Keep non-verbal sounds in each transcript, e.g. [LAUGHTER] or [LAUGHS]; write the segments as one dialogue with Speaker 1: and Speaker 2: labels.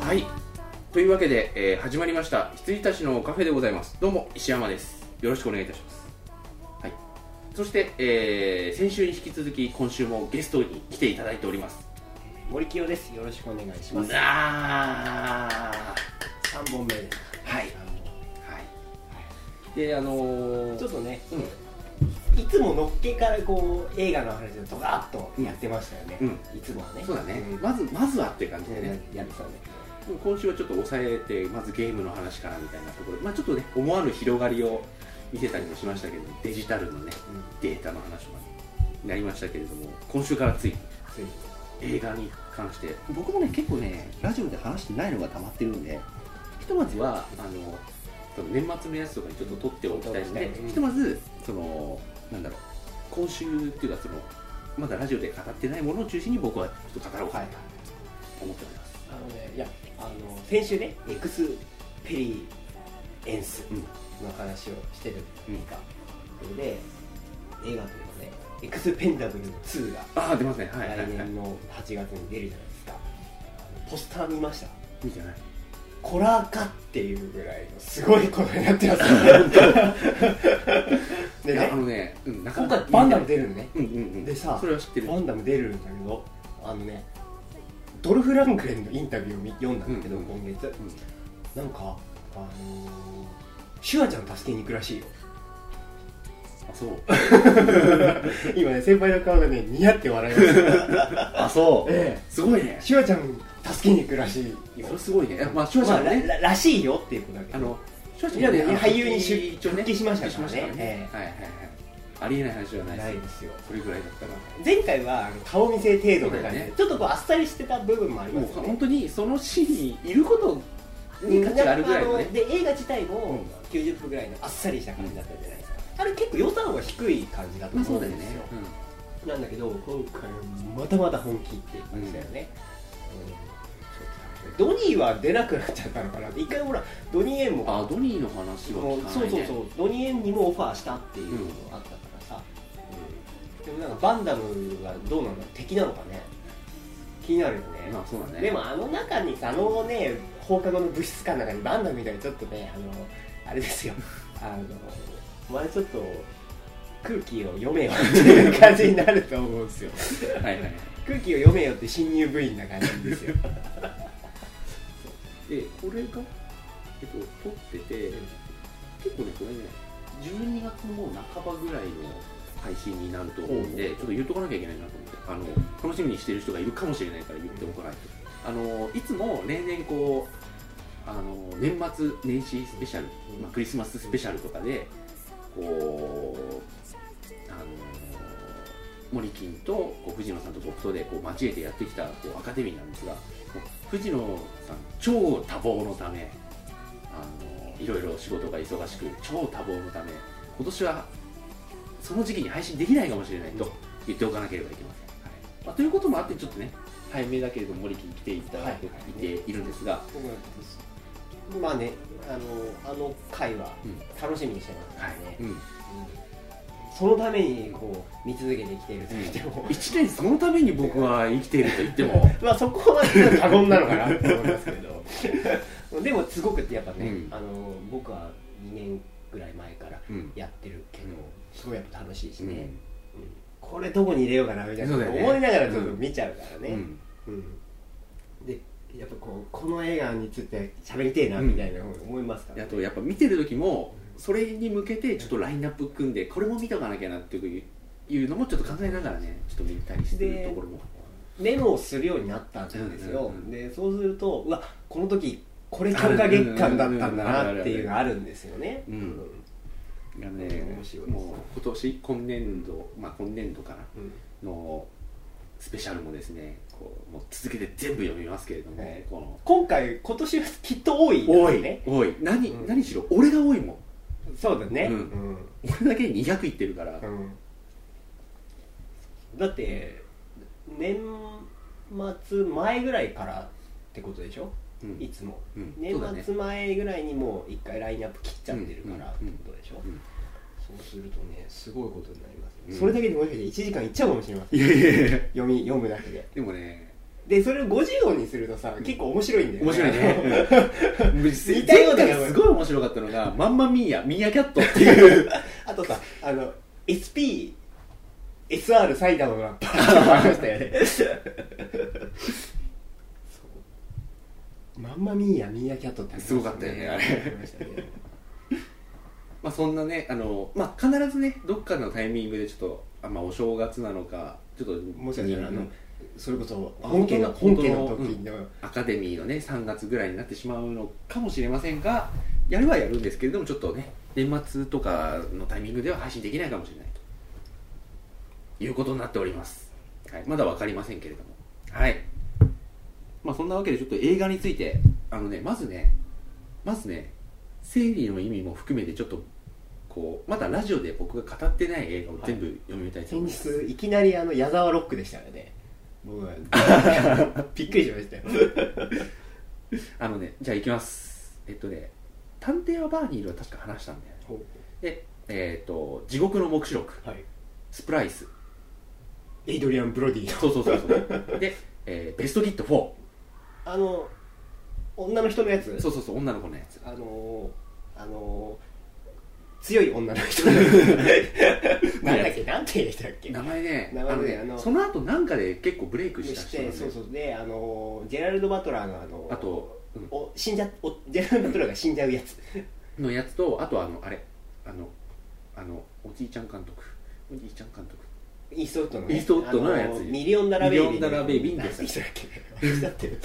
Speaker 1: はいというわけで、えー始まりました羊たちのカフェでございますどうも石山ですよろしくお願いいたしますはいそして、えー先週に引き続き今週もゲストに来ていただいております
Speaker 2: 森清です。よろしくお願いします。
Speaker 1: なあ
Speaker 2: 三本目です。
Speaker 1: はいはい
Speaker 2: あの
Speaker 1: であのー
Speaker 2: ちょっとね、
Speaker 1: うん
Speaker 2: いつものっけからこう映画の話をドカッとやってましたよね。
Speaker 1: うん
Speaker 2: いつもはね。
Speaker 1: そうだね、
Speaker 2: ん
Speaker 1: まずまずはっていう感じでね、
Speaker 2: ねやってたんだけど。
Speaker 1: 今週はちょっと抑えてまずゲームの話からみたいなところまあちょっとね思わぬ広がりを見せたりもしましたけどデジタルのね
Speaker 2: うん
Speaker 1: データの話までなりましたけれども今週からついに
Speaker 2: ついに
Speaker 1: 映画に関して
Speaker 3: 僕もね結構ねラジオで話してないのが溜まってるんで
Speaker 1: ひとまずはあのその年末のやつとかにちょっと取っておきたいので、
Speaker 2: うん
Speaker 1: ひとまずそのなんだろう今週っていうかそのまだラジオで語ってないものを中心に僕はちょっと語ろうかなと思っております、
Speaker 2: あのね、いや、あの先週ね、エクスペリエンスの話をしてるっていうか、それで映画というかね、エクスペンダブル2が
Speaker 1: ああ出ますねはいはいは
Speaker 2: 来
Speaker 1: い
Speaker 2: 年の8月に出るじゃないですか。あのポスター見ました。
Speaker 1: 見てない
Speaker 2: コラーかっていうぐらいのすごいことになってますねで
Speaker 1: いや
Speaker 2: ね
Speaker 1: あのね、うん、なか
Speaker 2: 今
Speaker 1: なか
Speaker 2: 回バンダム出るのね
Speaker 1: うんうんうん
Speaker 2: でさ
Speaker 1: それは知ってる
Speaker 2: バンダム出るんだけどあのねドルフ・ランクレンのインタビューを見読んだんだけど、
Speaker 1: うん
Speaker 2: 今月なんかあのー、シュワちゃん助けに行くらしいよ [LAUGHS]
Speaker 1: あそう
Speaker 2: 今ね先輩の顔がね似合って笑い
Speaker 1: [LAUGHS]
Speaker 2: ました、
Speaker 1: あそう
Speaker 2: え
Speaker 1: すごいね
Speaker 2: え、シュワちゃん助けに行くらしいよ
Speaker 1: それすごいねいやまあ翔ちゃんも
Speaker 2: まあ
Speaker 1: ね、
Speaker 2: ららしいよっていうことだけど
Speaker 1: あの翔ち
Speaker 2: い
Speaker 1: ゃ
Speaker 2: や
Speaker 1: んも
Speaker 2: で
Speaker 1: ね
Speaker 2: も
Speaker 1: あの
Speaker 2: 俳優に出
Speaker 1: 一応ね
Speaker 2: 復帰しましたからね
Speaker 1: 復帰しました
Speaker 2: え
Speaker 1: はいはいはいありえない話じゃない
Speaker 2: な
Speaker 1: で
Speaker 2: い
Speaker 1: す
Speaker 2: ですよ
Speaker 1: それぐらいだったら
Speaker 2: 前回はあの顔見せ程度な感じ
Speaker 1: そうだよ
Speaker 2: で
Speaker 1: ね
Speaker 2: ちょっとこうあっさりしてた部分もあり
Speaker 1: もう
Speaker 2: ますよ
Speaker 1: 本
Speaker 2: ね
Speaker 1: 当にそのシーンにいることに価値があるぐらいの
Speaker 2: あ
Speaker 1: ね
Speaker 2: ので映画自体も
Speaker 1: う
Speaker 2: 90分ぐらいのあっさりした感じだったじゃないですか、あれ結構予算は低い感じだった
Speaker 1: まあ
Speaker 2: と
Speaker 1: そ
Speaker 2: 思
Speaker 1: う
Speaker 2: う
Speaker 1: だよ
Speaker 2: んで
Speaker 1: ね
Speaker 2: すよ、なんだけど今回はまたまた本気っていう感じだよね、うんちょっとドニーは出なくなっちゃったのかなって一回ほらドニー・エンも
Speaker 1: うんあドニーの話は
Speaker 2: もう
Speaker 1: 聞かないね
Speaker 2: そうそうそうドニー・エンにもオファーしたっていうのもあったからさ、うんでもなんかバンダムがどうなんだろう敵なのかね気になるよね、
Speaker 1: まあそうだね
Speaker 2: でもあの中にあのね放課後の物質館の中にバンダムみたいにちょっとねあのあれですよあのお前ちょっと空気を読めよっていう感じになると思うんですよ
Speaker 1: はいはいはい
Speaker 2: 空気を読めよって新入部員な感じですよ
Speaker 1: でこれが、えっと、撮ってて、結構ねこれね12月のもう半ばぐらいの配信になると思うんで、ち
Speaker 2: ほう
Speaker 1: ょっと言っとかなきゃいけないなと思ってあの楽しみにしてる人がいるかもしれないから言っておかないと、あのいつも例年こうあの年末年始スペシャル、
Speaker 2: うん
Speaker 1: まあ、クリスマススペシャルとかでこうあの森金とこう藤野さんと僕とでこう交えてやってきたこうアカデミーなんですがもう藤野さん超多忙のためあのいろいろ仕事が忙しく超多忙のため今年はその時期に配信できないかもしれないと言っておかなければいけません、はいまあ、ということもあってちょっとね早めだけれども森木に来ていただいて,、
Speaker 2: はい
Speaker 1: い、ているんですが
Speaker 2: まあねあのあの回は
Speaker 1: うん
Speaker 2: 楽しみにしてますからね、
Speaker 1: うん、
Speaker 2: そのためにこう見続けてきていると言っても、
Speaker 1: 1年そのために僕は生きていると言っても
Speaker 2: まあそこはちょっと過言なのかなと思いますけどでもすごくやっぱね、
Speaker 1: うん
Speaker 2: あの僕は2年ぐらい前から
Speaker 1: [LAUGHS] うん
Speaker 2: やってるけど、
Speaker 1: うん
Speaker 2: すごいやっぱ楽しいし
Speaker 1: う
Speaker 2: ね、
Speaker 1: ん
Speaker 2: うんこれどこに入れようかなみたいな
Speaker 1: そう
Speaker 2: こ
Speaker 1: だ
Speaker 2: と
Speaker 1: よ
Speaker 2: を
Speaker 1: ね
Speaker 2: 思いながらちょっと見ちゃうからね、
Speaker 1: うん
Speaker 2: うんでやっぱこうこの映画について喋りてえなみたいな思いますから、
Speaker 1: あとやっぱ見てる時もそれに向けてちょっとラインナップ組んでこれも見とかなきゃなっていういうのもちょっと考えながらねちょっと見たりしてるところも
Speaker 2: メモをするようになったんですよ、
Speaker 1: うんうんうん
Speaker 2: でそうするとうわこの時これ強化月間だったんだなっていうのがあるんですよね、
Speaker 1: うんいやね
Speaker 2: 面白いですね
Speaker 1: もう今年今年度まあ今年度かな
Speaker 2: うん
Speaker 1: のスペシャルもですねこうもう続けて全部読みますけれども、
Speaker 2: はい
Speaker 1: この
Speaker 2: 今回今年はきっと多いです
Speaker 1: 多い、
Speaker 2: ね
Speaker 1: 多い何,、
Speaker 2: うん
Speaker 1: 何しろ俺が多いもん
Speaker 2: そうだね
Speaker 1: う
Speaker 2: うんん、
Speaker 1: 俺だけ200いってるから、
Speaker 2: うんだって年末前ぐらいからってことでしょ
Speaker 1: うん
Speaker 2: いつも、
Speaker 1: うん
Speaker 2: 年
Speaker 1: そうだね
Speaker 2: 末前ぐらいにもう一回ラインナップ切っちゃってるからって
Speaker 1: うん
Speaker 2: ことでしょ、
Speaker 1: うん
Speaker 2: そうするとねすごいことになりますね、
Speaker 1: うん
Speaker 2: それだけでもしかして1時間いっちゃうかもしれません
Speaker 1: いやいやいや
Speaker 2: [LAUGHS] 読み読むだけで
Speaker 1: でもね
Speaker 2: でそれを50音にするとさ結構面白いんだよね
Speaker 1: 面白いね
Speaker 2: 似たような
Speaker 1: 前回すごい面白かったのが「まんまミーヤミーヤキャット」っていう
Speaker 2: [LAUGHS] あとさあの SPSR 埼玉のラッパーってありましたよねそうまんまミーヤミーヤキャットってありまし
Speaker 1: すごかったよねあれ
Speaker 2: りましたね
Speaker 1: まあそんなねあの、まあ、必ずねどっかのタイミングでちょっとあ、まあ、お正月なのかちょっと
Speaker 2: もしかしたらあのそれこそ
Speaker 1: あ
Speaker 2: 本家の本
Speaker 1: 本当
Speaker 2: 家
Speaker 1: だ
Speaker 2: の時
Speaker 1: 本
Speaker 2: の、
Speaker 1: アカデミーのね3月ぐらいになってしまうのかもしれませんがやるはやるんですけれどもちょっとね年末とかのタイミングでは配信できないかもしれないということになっております、はい、まだ分かりませんけれどもはいまあそんなわけでちょっと映画についてあのねまずねまずね生理の意味も含めてちょっとこうまだラジオで僕が語ってない映画を全部読みたいと思います、
Speaker 2: 先日いきなりあの矢沢ロックでしたよね僕はびっくりしましたよ
Speaker 1: あのねじゃあ行きますえっとね探偵はバーニールは確か話したんだよねで、えー、と地獄の黙示録
Speaker 2: はい
Speaker 1: スプライス
Speaker 2: エイドリアン・ブロディの
Speaker 1: そうそうそうそうで、えーベストキット4
Speaker 2: あの女の人のやつ
Speaker 1: そうそうそう女の子のやつ
Speaker 2: あのー、あのー、強い女
Speaker 1: [LAUGHS]
Speaker 2: の人なんだっけなんて言ったっけ
Speaker 1: 名前ね
Speaker 2: 名
Speaker 1: あ
Speaker 2: 前ね
Speaker 1: のね
Speaker 2: あの
Speaker 1: その後なんかで結構ブレイクした
Speaker 2: し
Speaker 1: 人なんだ
Speaker 2: てそ
Speaker 1: よ
Speaker 2: うそうであのージェラルド・バトラーのあのー
Speaker 1: あと、うん
Speaker 2: お死んじゃおジェラルド・バトラーが死んじゃうやつ
Speaker 1: のやつとあとあのあれあのあのおじいちゃん監督おじいちゃん監督
Speaker 2: イーストウッドのね
Speaker 1: イーストウッドのやつ
Speaker 2: あのーミリオンダラベイビー
Speaker 1: ミリオンダラベイビーの
Speaker 2: なん
Speaker 1: や
Speaker 2: て
Speaker 1: つ
Speaker 2: 言ったっけ忘れちゃってる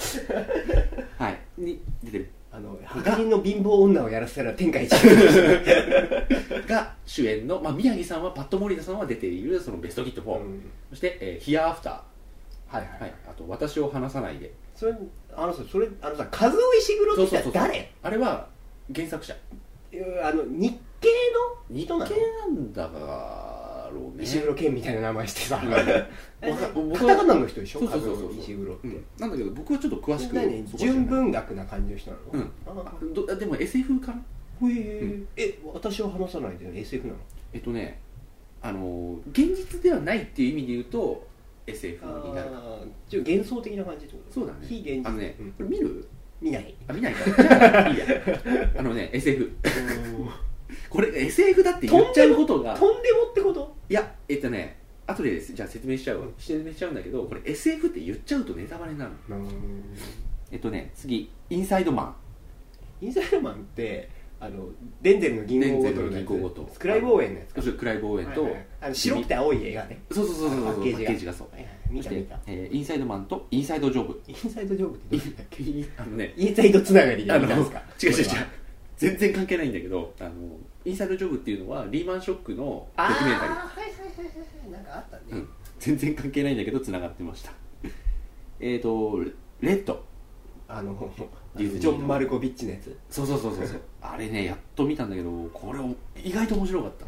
Speaker 1: はいに出てる
Speaker 2: あの白人の貧乏女をやらせたら天下一優
Speaker 1: が主演の、まあ、宮城さんはパッド・モリダさんは出ているそのベストキット4、
Speaker 2: うん
Speaker 1: そして、えー、ヒアアフタ
Speaker 2: はいはい、
Speaker 1: ー、はい、あと私を離さないで
Speaker 2: それあのさそれあのさ和尾石黒ってさ誰
Speaker 1: あれは原作者
Speaker 2: いうあの日系の
Speaker 1: 日系
Speaker 2: 人なの
Speaker 1: なんだろうね
Speaker 2: 石黒剣みたいな名前してさ、
Speaker 1: うんわか僕は
Speaker 2: カタカナの人でしょ
Speaker 1: そうそうそうそう
Speaker 2: カタカナの石黒って、
Speaker 1: うんなんだけど僕はちょっと詳しく
Speaker 2: 何
Speaker 1: そこは知らない
Speaker 2: 純文学な感じの人なの、
Speaker 1: うん
Speaker 2: あ
Speaker 1: どあでも SF かな
Speaker 2: へえ、え私を話さないで SF なの
Speaker 1: えっとねあの現実ではないっていう意味で言うと SF になる
Speaker 2: あーちょっと幻想的な感じってこと
Speaker 1: そうだね
Speaker 2: 非現実
Speaker 1: あのね、
Speaker 2: うん
Speaker 1: これ見る
Speaker 2: 見ない
Speaker 1: あ見ないから [LAUGHS] じゃあいいやあのね SF これ SF だって言っちゃうことが
Speaker 2: [LAUGHS] とんでもってこと
Speaker 1: いやえっとね後でですじゃあ説明しちゃうわ説明しちゃうんだけどこれ SF って言っちゃうとネタバレになるのえっとね次インサイドマン
Speaker 2: インサイドマンってあのデンゼルの銀行ごと
Speaker 1: デ
Speaker 2: の
Speaker 1: ンゼルの銀行ごと
Speaker 2: スクライボーエンのやつか
Speaker 1: 要するにクライボーエンと、
Speaker 2: はいはいあの白くて青い映画ね
Speaker 1: そうそうそうそうそう
Speaker 2: パ
Speaker 1: パ
Speaker 2: ッ
Speaker 1: ッケ
Speaker 2: ケージが
Speaker 1: ージがそう
Speaker 2: はいはい見た見た
Speaker 1: でえーインサイドマンとインサイドジョ
Speaker 2: [LAUGHS]
Speaker 1: ブ
Speaker 2: インサイドジョブってどういうの
Speaker 1: あのね
Speaker 2: インサイドつながりで
Speaker 1: あ
Speaker 2: 見
Speaker 1: の
Speaker 2: たんですか
Speaker 1: 違う違う違う
Speaker 2: これは
Speaker 1: 全然関係ないんだけどあのインサイドジョブっていうのはリーマンショックのド
Speaker 2: あ
Speaker 1: キュメン
Speaker 2: ー
Speaker 1: タリー
Speaker 2: はいはいはいはいなんかあったね、
Speaker 1: うん全然関係ないんだけどつながってましたえっとレッド
Speaker 2: あの
Speaker 1: ディズニーの
Speaker 2: ジョン・マルコビッチのやつ、
Speaker 1: そうそうそうそうそうあれねやっと見たんだけどこれを意外と面白かっ
Speaker 2: うん、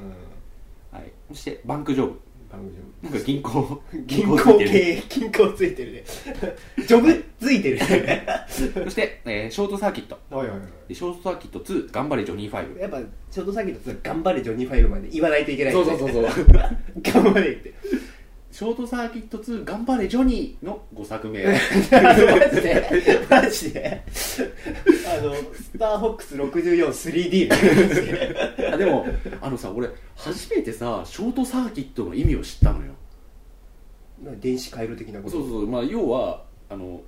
Speaker 1: た、はい、そしてバンクジョブ
Speaker 2: 番組
Speaker 1: なんか銀
Speaker 2: [LAUGHS]
Speaker 1: 行
Speaker 2: 銀行
Speaker 1: ついてる
Speaker 2: 系銀行ついてるね [LAUGHS] ジョブついてるね
Speaker 1: そして、えーショートサーキット
Speaker 2: おいおいおい
Speaker 1: でショートサーキット2頑張れジョニーファイブ
Speaker 2: やっぱちょっと先のさ頑張れジョニー・ファイブまで言わないといけない、
Speaker 1: そうそうそうそう
Speaker 2: 頑張れって
Speaker 1: ショートサーキット2頑張れジョニーの5作目
Speaker 2: [LAUGHS] マジでマジであのスターフォックス 643D みたいな感じで
Speaker 1: あ [LAUGHS] でもあのさ俺初めてさショートサーキットの意味を知ったのよ
Speaker 2: なんか [LAUGHS] 電子回路的なこ
Speaker 1: そう
Speaker 2: と
Speaker 1: そうそうまあ要はあの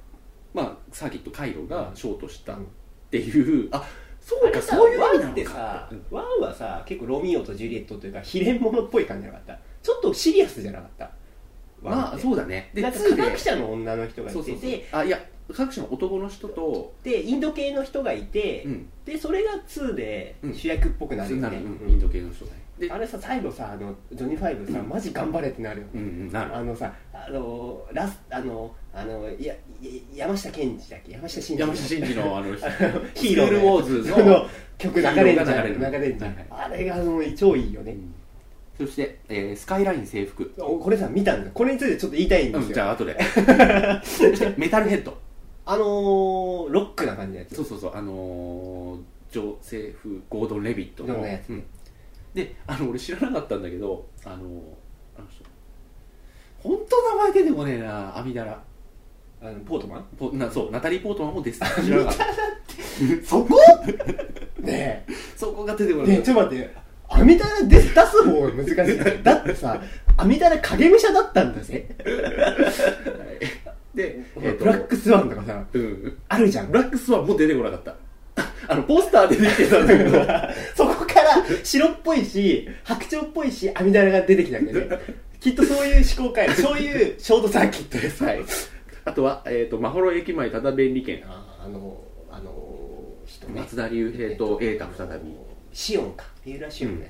Speaker 1: まあサーキット回路がショートしたっ
Speaker 2: うん
Speaker 1: ていう、あそ
Speaker 2: な
Speaker 1: うんか
Speaker 2: か
Speaker 1: そ
Speaker 2: そうう
Speaker 1: い
Speaker 2: いうう
Speaker 1: 意味
Speaker 2: ワ
Speaker 1: な
Speaker 2: ン
Speaker 1: の
Speaker 2: っ
Speaker 1: か
Speaker 2: てさ
Speaker 1: うん
Speaker 2: ワンはさ結構ロミオとジュリエットというか秘伝物っぽい感じじゃなかったちょっとシリアスじゃなかった
Speaker 1: まあ
Speaker 2: う
Speaker 1: そうだね
Speaker 2: で
Speaker 1: で
Speaker 2: 科
Speaker 1: 2で
Speaker 2: 学者の女の人がい
Speaker 1: そう
Speaker 2: て
Speaker 1: そうそう
Speaker 2: で
Speaker 1: あいや各社の男の人と
Speaker 2: でインド系の人がいて、
Speaker 1: うん
Speaker 2: でそれが2で
Speaker 1: うん
Speaker 2: 主役っぽくな
Speaker 1: な
Speaker 2: るよ
Speaker 1: る、
Speaker 2: ね、
Speaker 1: うんインド系の人だねで
Speaker 2: あれさ最後さあのジョニー・ファイブさ、マジ頑張れってなるよね
Speaker 1: うんうんなる
Speaker 2: あのさあのラスあのあのいやいや山下健二だっけ山下真司
Speaker 1: 山下真司のあの
Speaker 2: [LAUGHS] ヒーロー
Speaker 1: スクールウォーズの
Speaker 2: その曲流れるじゃん
Speaker 1: ヒーローが流れる
Speaker 2: 流れるじゃん
Speaker 1: はい
Speaker 2: あれがあの超いいよね、
Speaker 1: そして、えースカイライン制服
Speaker 2: おこれさ見たんだこれについてちょっと言いたいんで
Speaker 1: うん
Speaker 2: す
Speaker 1: じ
Speaker 2: よ、
Speaker 1: ゃあ後でそして
Speaker 2: [LAUGHS]
Speaker 1: メタルヘッド
Speaker 2: あのー、ロックな感じのやつ
Speaker 1: そうそうそうあのージョセフ・ゴードン・レビットの
Speaker 2: ゴードンのやつ
Speaker 1: うんであの俺知らなかったんだけどあのーあの人本当名前出てこねえな阿弥陀羅
Speaker 2: あのポートマン
Speaker 1: ポなそうナタリー・ポートマンも出てた
Speaker 2: そこね
Speaker 1: そこが出てこ
Speaker 2: え
Speaker 1: な
Speaker 2: ね
Speaker 1: い
Speaker 2: えちょっと待ってアミタラで出す方が難しいねだってさアミタラ影武者だったんだぜ、
Speaker 1: で、えっと
Speaker 2: ブラックスワンとかさ
Speaker 1: うん、
Speaker 2: あるじゃ
Speaker 1: [LAUGHS]
Speaker 2: ん
Speaker 1: ブラックスワンも出てこなかったあのポスターで出てきてたんだけど
Speaker 2: そこから白っぽいし白鳥っぽいし網棚が出てきたんだよねきっとそういう思考回路そういうショートサーキットです
Speaker 1: はいあとは、えっとまほろ駅前ただ便利券
Speaker 2: ああのあの人ね
Speaker 1: 松田龍平と瑛太再び
Speaker 2: シオンか三浦シオンのや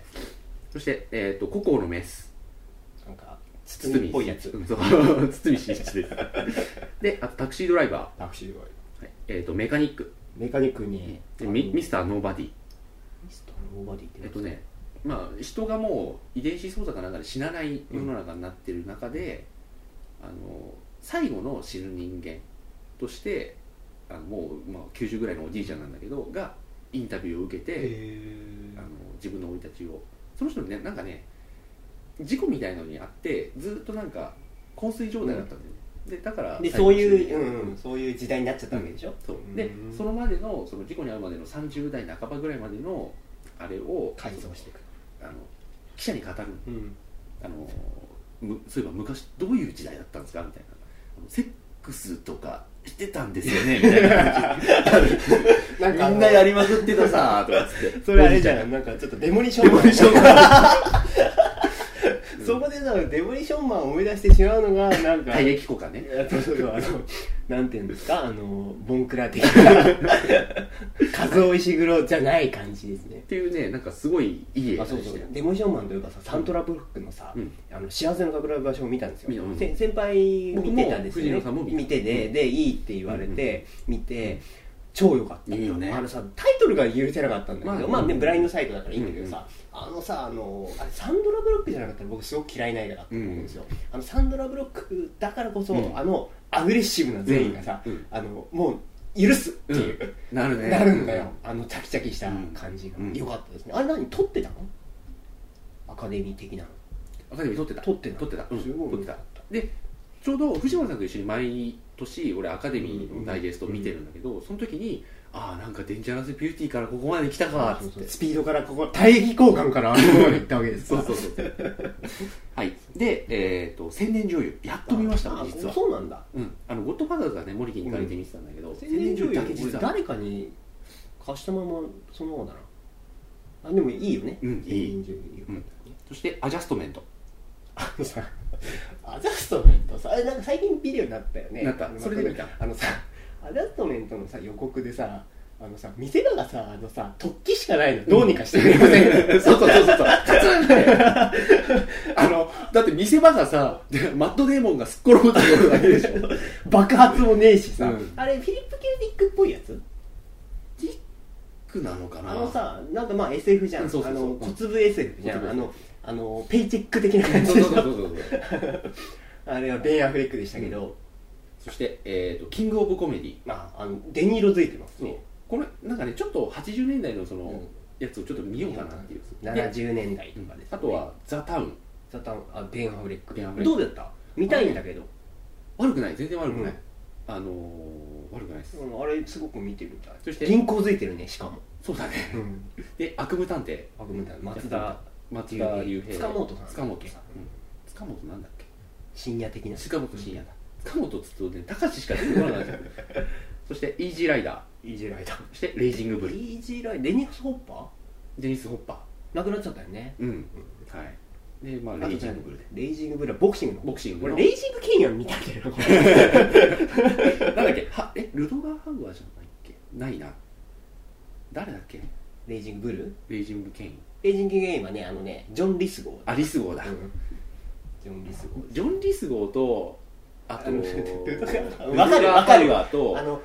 Speaker 2: つ、
Speaker 1: そして、えっとココのメス
Speaker 2: なんか
Speaker 1: 堤
Speaker 2: 包っぽいやつ
Speaker 1: うんそう [LAUGHS] 堤真一ですであとタクシードライバー、は
Speaker 2: タクシーはい
Speaker 1: えっとメカニック
Speaker 2: メカニックに
Speaker 1: でミミス
Speaker 2: タ
Speaker 1: ターノーバディ
Speaker 2: ミスターノーバディって
Speaker 1: えっとねまあ人がもう遺伝子操作かなんかで死なない世の中になってる中で、あの最後の死ぬ人間としてあのもう、まあ、90ぐらいのおじいちゃんなんだけどがインタビューを受けて、あの自分の生い立ちをその人ねなんかね事故みたいのにあってずっとなんか昏睡状態だったんだよね、でだから
Speaker 2: でそうい
Speaker 1: 最
Speaker 2: う、
Speaker 1: 後の死ぬ
Speaker 2: うん
Speaker 1: 人
Speaker 2: うん、そういう時代になっちゃったわけでしょ、
Speaker 1: そうで
Speaker 2: うん
Speaker 1: そのまでのその事故に遭うまでの30代半ばぐらいまでのあれを
Speaker 2: 改造していく、
Speaker 1: あの記者に語る
Speaker 2: うん、
Speaker 1: あのむそういえば昔どういう時代だったんですかみたいなあのセックスとかしてたんですよねみたいな感 [LAUGHS]
Speaker 2: な
Speaker 1: じ
Speaker 2: あの
Speaker 1: みんなやりまくってたさーとかっ [LAUGHS] つって
Speaker 2: それあれじ
Speaker 1: お
Speaker 2: ゃ
Speaker 1: じ
Speaker 2: んなんかちょっとデモリショ
Speaker 1: いちゃん
Speaker 2: ン
Speaker 1: で
Speaker 2: マ
Speaker 1: も一
Speaker 2: ン
Speaker 1: 緒だ
Speaker 2: [LAUGHS] そこでなんかデモリションマンを思い出してしまうのがなんか、
Speaker 1: 退役効果ね
Speaker 2: そうそうそうあのなんていうんですかあのボンクラ的な [LAUGHS] 数尾石黒じゃない感じですね
Speaker 1: っていうねなんかすごいいい映画
Speaker 2: あ
Speaker 1: で
Speaker 2: そう
Speaker 1: し
Speaker 2: そう
Speaker 1: たよ
Speaker 2: デモリションマンといえばさサントラブロックのさ、
Speaker 1: うん
Speaker 2: あの幸せの隠れ場所を見たんですよ、
Speaker 1: うん
Speaker 2: せ先輩見てたんですよ、
Speaker 1: 僕も藤
Speaker 2: ね、
Speaker 1: 野さんも見た
Speaker 2: てて、
Speaker 1: うん
Speaker 2: でいいって言われて、見て超良かった
Speaker 1: いいよね
Speaker 2: あのさタイトルが許せなかったんだけ
Speaker 1: ま
Speaker 2: ど、ま
Speaker 1: あ
Speaker 2: あねブラインドサイトだからいいんだけどさ、あのさあのあれサンドラ・ブロックじゃなかったら僕すごく嫌いな映画だったと思うんですよ、あのサンドラ・ブロックだからこそ、
Speaker 1: うん
Speaker 2: あのアグレッシブな全員がさ、
Speaker 1: うんうん
Speaker 2: あのもう許すっていう、
Speaker 1: なるね
Speaker 2: なるんだよ、あのチャキチャキした感じが、
Speaker 1: うん
Speaker 2: よかったですねあれ何撮ってたのアカデミー的なの
Speaker 1: アカデミー撮ってた
Speaker 2: 撮ってた
Speaker 1: 撮ってた、うん
Speaker 2: すごい
Speaker 1: 撮ってたでちょうど藤森さんと一緒に毎年俺アカデミーのダイジェストを見てるんだけど、その時にああなんかデンジャラスビューティーからここまで来たかーっつって
Speaker 2: スピードからここ体液交換からあそこまで行ったわけです
Speaker 1: [LAUGHS] そ
Speaker 2: か
Speaker 1: うそうそうはいでえっ、と宣伝女優やっと見ました
Speaker 2: あ
Speaker 1: 実は
Speaker 2: そうなんだ
Speaker 1: うんあのゴッドファーザーがね森木に借りて見てたんだけど、
Speaker 2: 宣伝女優
Speaker 1: だけ実は
Speaker 2: 誰かに貸したままそのままだなあでもいいよね
Speaker 1: うんいい
Speaker 2: 宣伝女優よかったね
Speaker 1: そしてアジャストメント
Speaker 2: [LAUGHS] あのさアジャストメントさあれなんか最近ビデオになったよね
Speaker 1: なった
Speaker 2: あの
Speaker 1: それで見た
Speaker 2: あのさアジャストメントのさ予告でさあのさ見せ場がさあのさ突起しかないのどうにかしてくれ
Speaker 1: [LAUGHS]
Speaker 2: ませんか、
Speaker 1: そうそうそうそうそう普通に
Speaker 2: [LAUGHS]
Speaker 1: ねあのだって見せ場がさ [LAUGHS] でマットデーモンがすっ転ぶってことだけでしょ
Speaker 2: 爆発もねえしさ、
Speaker 1: うん
Speaker 2: あれフィリップ・ケルディックっぽいやつ
Speaker 1: ディックなのかな
Speaker 2: あのさなんかまあ SF じゃん、
Speaker 1: うんそうそうそう
Speaker 2: あの小粒 SF じゃ
Speaker 1: 小
Speaker 2: ん、
Speaker 1: 粒
Speaker 2: あのあのペイチェック的な
Speaker 1: そう
Speaker 2: 感じ
Speaker 1: そう
Speaker 2: で
Speaker 1: そうそうそう
Speaker 2: あれはベン・アフレックでしたけど、
Speaker 1: そして、えーと「キング・オブ・コメディ
Speaker 2: まあ、あのデニーロ付いてます
Speaker 1: そう
Speaker 2: ね
Speaker 1: これなんかねちょっと80年代のその、
Speaker 2: うん
Speaker 1: やつをちょっと見ようかなっていうで
Speaker 2: 70年代とかです、ね
Speaker 1: あとは「ザ・タウン
Speaker 2: ザタンあベン・アフレック
Speaker 1: ベンアフレッ
Speaker 2: ど
Speaker 1: ク
Speaker 2: うだった見たいんだけど」
Speaker 1: 悪くない全然悪くない、
Speaker 2: うん
Speaker 1: あのー悪くないです、
Speaker 2: うんあれすごく見てみたい
Speaker 1: そして
Speaker 2: 銀行付いてるねしかも
Speaker 1: そうだね
Speaker 2: ん
Speaker 1: で「悪夢探偵
Speaker 2: あごめんなさい」松
Speaker 1: やっ
Speaker 2: 田
Speaker 1: た松田龍平
Speaker 2: 塚本さん
Speaker 1: 塚本さん、うん塚本なんだっけ
Speaker 2: 深夜的な
Speaker 1: 塚本慎也だ塚本っつうとね高志しか出てこなかったそしてイージーライダー
Speaker 2: イージーライダー
Speaker 1: そしてレイジングブリ
Speaker 2: イージーライダーデニス・ホッパ
Speaker 1: デニス・ホッパ
Speaker 2: ーなくなっちゃったよね
Speaker 1: ーうんはいでまあレイジングブル
Speaker 2: レイジングブルはボクシングの
Speaker 1: ボクシング
Speaker 2: 俺
Speaker 1: の
Speaker 2: レイジングケニアン見たんだよ
Speaker 1: なんだっけはえルドガー・ハウアーじゃないっけないな誰だっけ
Speaker 2: レイジングブル
Speaker 1: レイジング・ケイン
Speaker 2: レイジングケニアンはねあのねジョン・リスゴー
Speaker 1: あリス号だ、
Speaker 2: うんジョン・リスゴー
Speaker 1: ジョン・リス号とあと [LAUGHS]
Speaker 2: あの
Speaker 1: ルドガー
Speaker 2: わかるわかる
Speaker 1: ハウアーと
Speaker 2: あの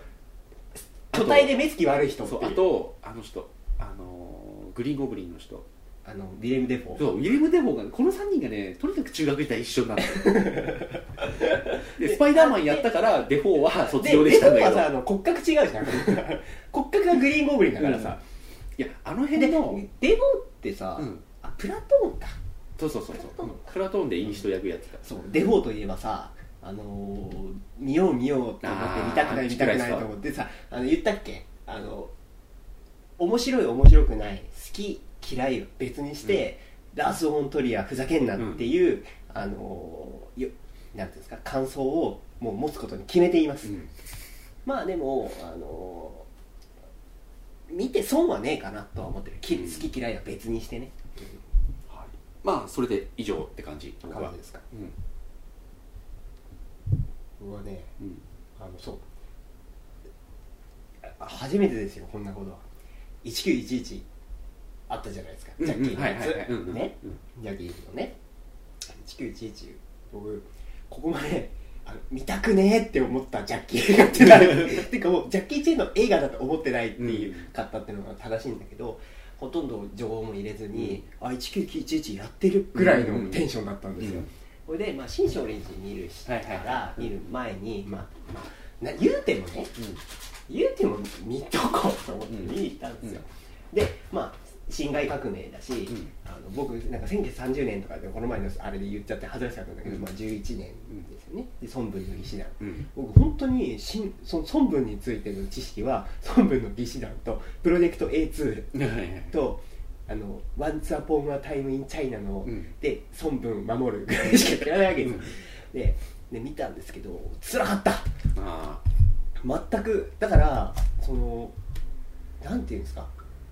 Speaker 2: 巨体で目つき悪い人って
Speaker 1: そ
Speaker 2: いう
Speaker 1: うあとあの人あのーグリーンゴブリンの人
Speaker 2: あのディレム・デフォー
Speaker 1: そうウィレム・デフォーがこの3人がねとにかく中学時代一緒になった
Speaker 2: [LAUGHS]
Speaker 1: でスパイダーマンやったからデフォーは卒
Speaker 2: で、
Speaker 1: 業で
Speaker 2: レ
Speaker 1: した
Speaker 2: ゴ
Speaker 1: んだ
Speaker 2: は
Speaker 1: け
Speaker 2: さ、あ
Speaker 1: ど
Speaker 2: の骨格違うじゃん。 [LAUGHS] 骨格がグリーンゴブリンだからさ。
Speaker 1: いやあの
Speaker 2: で、
Speaker 1: 辺
Speaker 2: デ
Speaker 1: の
Speaker 2: モってさ、
Speaker 1: うん
Speaker 2: あプラトーンか。
Speaker 1: そうそうそう
Speaker 2: プラ
Speaker 1: そ
Speaker 2: ト
Speaker 1: う
Speaker 2: ン
Speaker 1: プラトーンでいい人役やってた
Speaker 2: そう、デフォーといえばさ、あのー見よう見ようって思って
Speaker 1: あー
Speaker 2: 見たくない見たくな
Speaker 1: 聞
Speaker 2: い
Speaker 1: き返す
Speaker 2: と
Speaker 1: わ
Speaker 2: 思ってさあの言ったっけあの面白い面白くない好き嫌いを別にして、ラース・オントリアふざけんなっていう、あのーよなんていうんですか感想をもう持つことに決めています、
Speaker 1: うん
Speaker 2: まあでもあのー見て損はねえかなとは思ってるき
Speaker 1: うん
Speaker 2: 好き嫌いは別にしてね、
Speaker 1: はい、まあそれで以上って感じ僕は
Speaker 2: 感じですか
Speaker 1: うん
Speaker 2: 僕はね
Speaker 1: うん
Speaker 2: あのそうあ初めてですよこんなことは1911あったじゃないですかジャッキーの
Speaker 1: はい
Speaker 2: や
Speaker 1: はいはい、うんう
Speaker 2: つ
Speaker 1: ん
Speaker 2: ね
Speaker 1: うん
Speaker 2: ジャッキーのね1911僕ここまであの見たくねえって思ったジャッキー映画ってなる
Speaker 1: [LAUGHS]
Speaker 2: てかもうジャッキー・チェンの映画だと思ってないっていう
Speaker 1: うん
Speaker 2: かったっていうのが正しいんだけどほとんど情報も入れずに、あ1911やってるぐらいのテンションだったんですよ、
Speaker 1: うん
Speaker 2: これで、まあ、新少林寺見るしか
Speaker 1: はいはい
Speaker 2: ら
Speaker 1: は
Speaker 2: 見る前に、まあまあ、な言うてもね言うても見とこうと思って見に行ったんですよ、でまあ辛亥革命だし、
Speaker 1: ん
Speaker 2: あの僕なんか1930年とかでこの前のあれで言っちゃって外れちゃったんだけど、
Speaker 1: うん
Speaker 2: まあ、11年ですよねで孫文の義士団
Speaker 1: うん
Speaker 2: 僕本当にしんその孫文についての知識は [LAUGHS] 孫文の義士団とプロジェクト A2
Speaker 1: うんはいはいはい
Speaker 2: とあの「Once Upon a Time in China の」
Speaker 1: うん
Speaker 2: で孫文守るぐらいしか知らないわけですよ、でで見たんですけど辛かった
Speaker 1: あ
Speaker 2: 全くだからそのなんていうんですか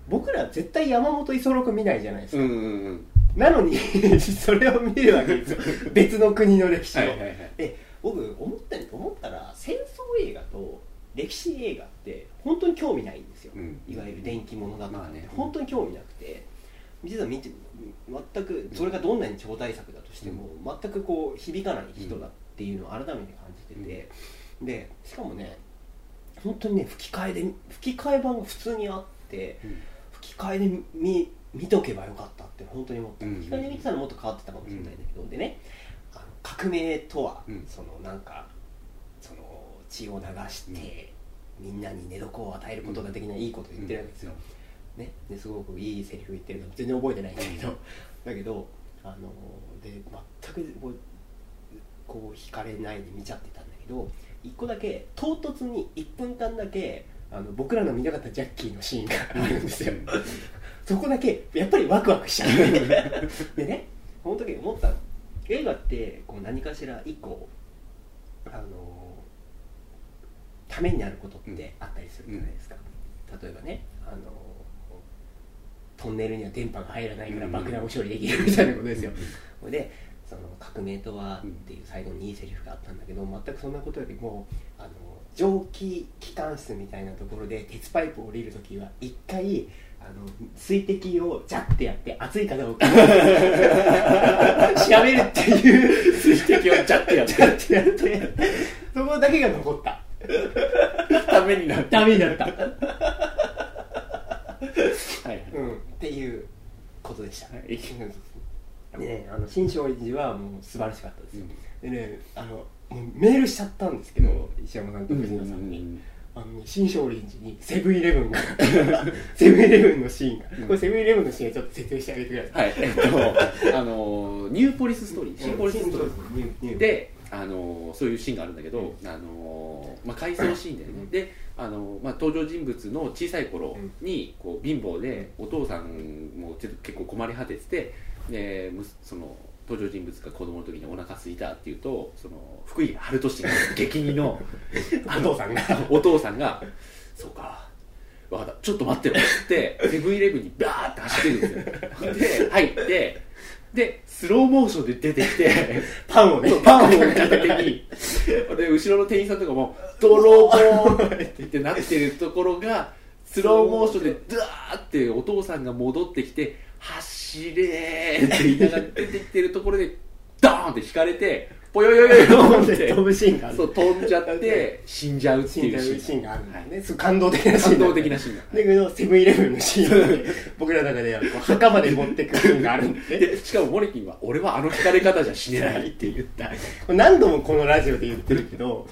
Speaker 2: 僕ら絶対山本五十六見ないじゃないです
Speaker 1: ー
Speaker 2: か、
Speaker 1: うんうんうん
Speaker 2: なのに [LAUGHS] それを見るわけですよ
Speaker 1: [LAUGHS]
Speaker 2: 別の国の歴史を、
Speaker 1: はいはいはい
Speaker 2: で僕思った思ったら戦争映画と歴史映画って本当に興味ないんですよ、
Speaker 1: うん
Speaker 2: いわゆる電気物だとか、
Speaker 1: まあね
Speaker 2: 本当に興味なくて実は見て全くそれがどんなに超大作だとしても、全くこう響かない人だっていうのを改めて感じてて、でしかもね本当にね吹き替えで吹き替え版が普通にあって
Speaker 1: うん
Speaker 2: 吹き替えで見見とけばよかったって本当に思った、
Speaker 1: うん
Speaker 2: 吹き替えで見てたらもっと変わってたかもしれないんだけど、でねあの革命とは、
Speaker 1: うん
Speaker 2: そのなんかその血を流して、みんなに寝床を与えることができないいいこと言ってるわけですよ、ね、ですごくいいセリフ言ってるの全然覚えてないんだけどだけどあので全くこうこう惹かれないで見ちゃってたんだけど一個だけ唐突に1分間だけあの僕らの見なかったジャッキーのシーンがあるんですよそこだけやっぱりワクワクしちゃ [LAUGHS] うでねこの時思った映画ってこう何かしら一個あのためになることってあったりするじゃないですか、例えばねあのトンネルには電波が入らないから爆弾を処理できるみたいなことですよ、それでその革命とはっていう最後にいいセリフがあったんだけど全くそんなことよりもあの蒸気機関室みたいなところで鉄パイプを降りるときは一回あの水滴をジャッてやって熱いかどうか調 [LAUGHS] べるっていう水
Speaker 1: 敵をジャッてやっ
Speaker 2: ジ
Speaker 1: て
Speaker 2: ャッてやってそこだけが残った
Speaker 1: ためになった
Speaker 2: ダメになった、
Speaker 1: はいはい
Speaker 2: うん、っていうことでした、
Speaker 1: はい
Speaker 2: でねあの新勝寺はもう素晴らしかったですよ、でねあのもうメールしちゃったんですけど、石山さんと藤野さんに、あのね新勝林寺にセブンイレブンが [LAUGHS] セブンイレブンのシーンが、
Speaker 1: ん
Speaker 2: これセブンイレブンのシーンをちょっと説明してあげてくださ
Speaker 1: は
Speaker 2: い
Speaker 1: いえっとあのニューポリスストーリー新ポリスストーリー
Speaker 2: で
Speaker 1: であのそういうシーンがあるんだけど、あのまあ、回想シーンだよね、
Speaker 2: うん
Speaker 1: であの、まあ、登場人物の小さい頃にこう貧乏でお父さんもちょっと結構困り果てててでむその登場人物が子供の時にお腹すいたっていうとその福井春俊が激似
Speaker 2: [LAUGHS]
Speaker 1: の
Speaker 2: お父さんが
Speaker 1: お父さんが「そうか分かったちょっと待ってろ」ってセブンイレブンにバーって走ってるんですよで入ってでスローモーションで出てきて
Speaker 2: パンをね
Speaker 1: パンを片手にで後ろの店員さんとかも「泥棒!」ってなってるところ
Speaker 2: [LAUGHS]
Speaker 1: がスローモーションでドゥワーってお父さんが戻ってきて「走れ!」って言いながら出てきてるところでドーンって引かれてぽよよよよんっ
Speaker 2: で
Speaker 1: て
Speaker 2: [LAUGHS] 飛ぶシーンがある
Speaker 1: そう飛んじゃって死んじゃうって
Speaker 2: 死ん
Speaker 1: い
Speaker 2: じ
Speaker 1: う
Speaker 2: ゃう
Speaker 1: シ
Speaker 2: シ
Speaker 1: ーン
Speaker 2: ーンがあるんだよね、すごい感動的なシー
Speaker 1: 感
Speaker 2: ンだよ
Speaker 1: 動
Speaker 2: ね
Speaker 1: 的なシーンが、
Speaker 2: だけどセブンイレブンのシーンで僕らの中ではこう墓まで持ってくシーンがあるんでね
Speaker 1: でしかもモリキンは「俺はあの惹かれ方じゃ死ね
Speaker 2: な
Speaker 1: ないい」っ
Speaker 2: っ
Speaker 1: てて
Speaker 2: 言
Speaker 1: い
Speaker 2: っ
Speaker 1: う
Speaker 2: たこれ何度もこのラジオで言ってるけど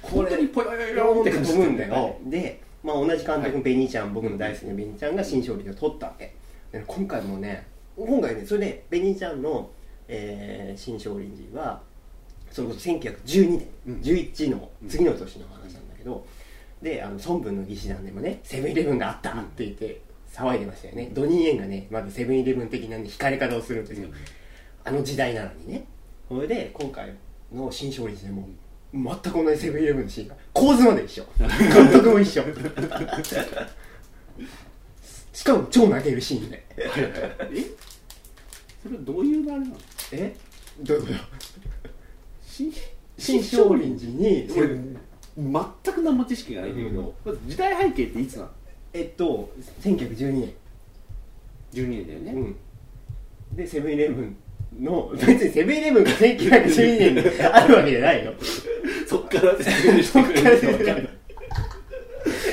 Speaker 2: こ
Speaker 1: 本当に
Speaker 2: れ
Speaker 1: ポヨヨヨヨン
Speaker 2: 思
Speaker 1: っ
Speaker 2: ってて
Speaker 1: 感じ
Speaker 2: 飛ぶんだよで、まあ、同じ監督のベニちゃん、僕の大好きなベニちゃんが新勝利を取ったわけで今回もね今回ねそれでベニちゃんの、えー新勝利はそれこそ1912年、
Speaker 1: うん
Speaker 2: 11の次の年の話なんだけど、であの孫文の義士団でもねセブンイレブンがあったって言って騒いでましたよね、ドニー・エンがねまずセブンイレブン的な、ね、惹かれ方をするんですよ、あの時代なのにねそれで今回の新勝利でも全く同じセブンイレブンのシーンが構図ま
Speaker 1: [LAUGHS]
Speaker 2: で一緒監督も一緒しかも超泣けるシーンで
Speaker 1: えそれはどういうあれなの
Speaker 2: えどういうこと
Speaker 1: 新
Speaker 2: 新少林寺に
Speaker 1: 俺全く何も知識がないんだけど、まず時代背景っていつなの
Speaker 2: えっと1912
Speaker 1: 12年だよね、
Speaker 2: 年、でセブンイレブンの [LAUGHS] 別にセブンイレブンが1912年にあるわけじゃないよ
Speaker 1: そっから説明してくれる人わかんない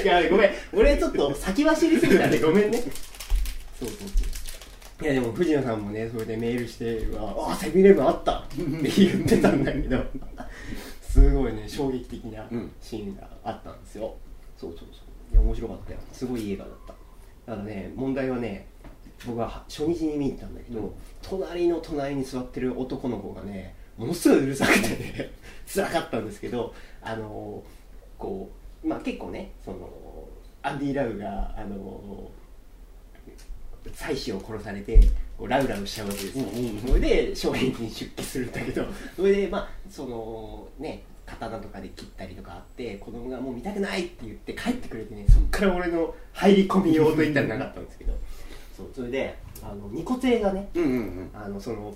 Speaker 2: いやごめん俺ちょっと先走りすぎたんでごめんねそうそうそういやでも藤野さんもねそれでメールして「ああセブンイレブンあった!」って言ってたんだけど [LAUGHS] すごいね衝撃的なシーンがあったんですよ、そうそうそういや面白かったよすごいいい映画だったただね問題はね僕は初日に見に行ったんだけど、隣の隣に座ってる男の子がねものすごいうるさくてね [LAUGHS] 辛かったんですけどあのこうまあ結構ねそのアンディ・ラウがあの妻子を殺されてこうラウラウしちゃうわけですよ、
Speaker 1: うんうんうん
Speaker 2: それで商品に出家するんだけど [LAUGHS] それでまあそのね刀とかで切ったりとかあって子供がもう見たくないって言って帰ってくれてねそっから俺の入り込みようといったらなかったんですけどそうそれであのニコテがね
Speaker 1: [LAUGHS] うんうんうん
Speaker 2: あのその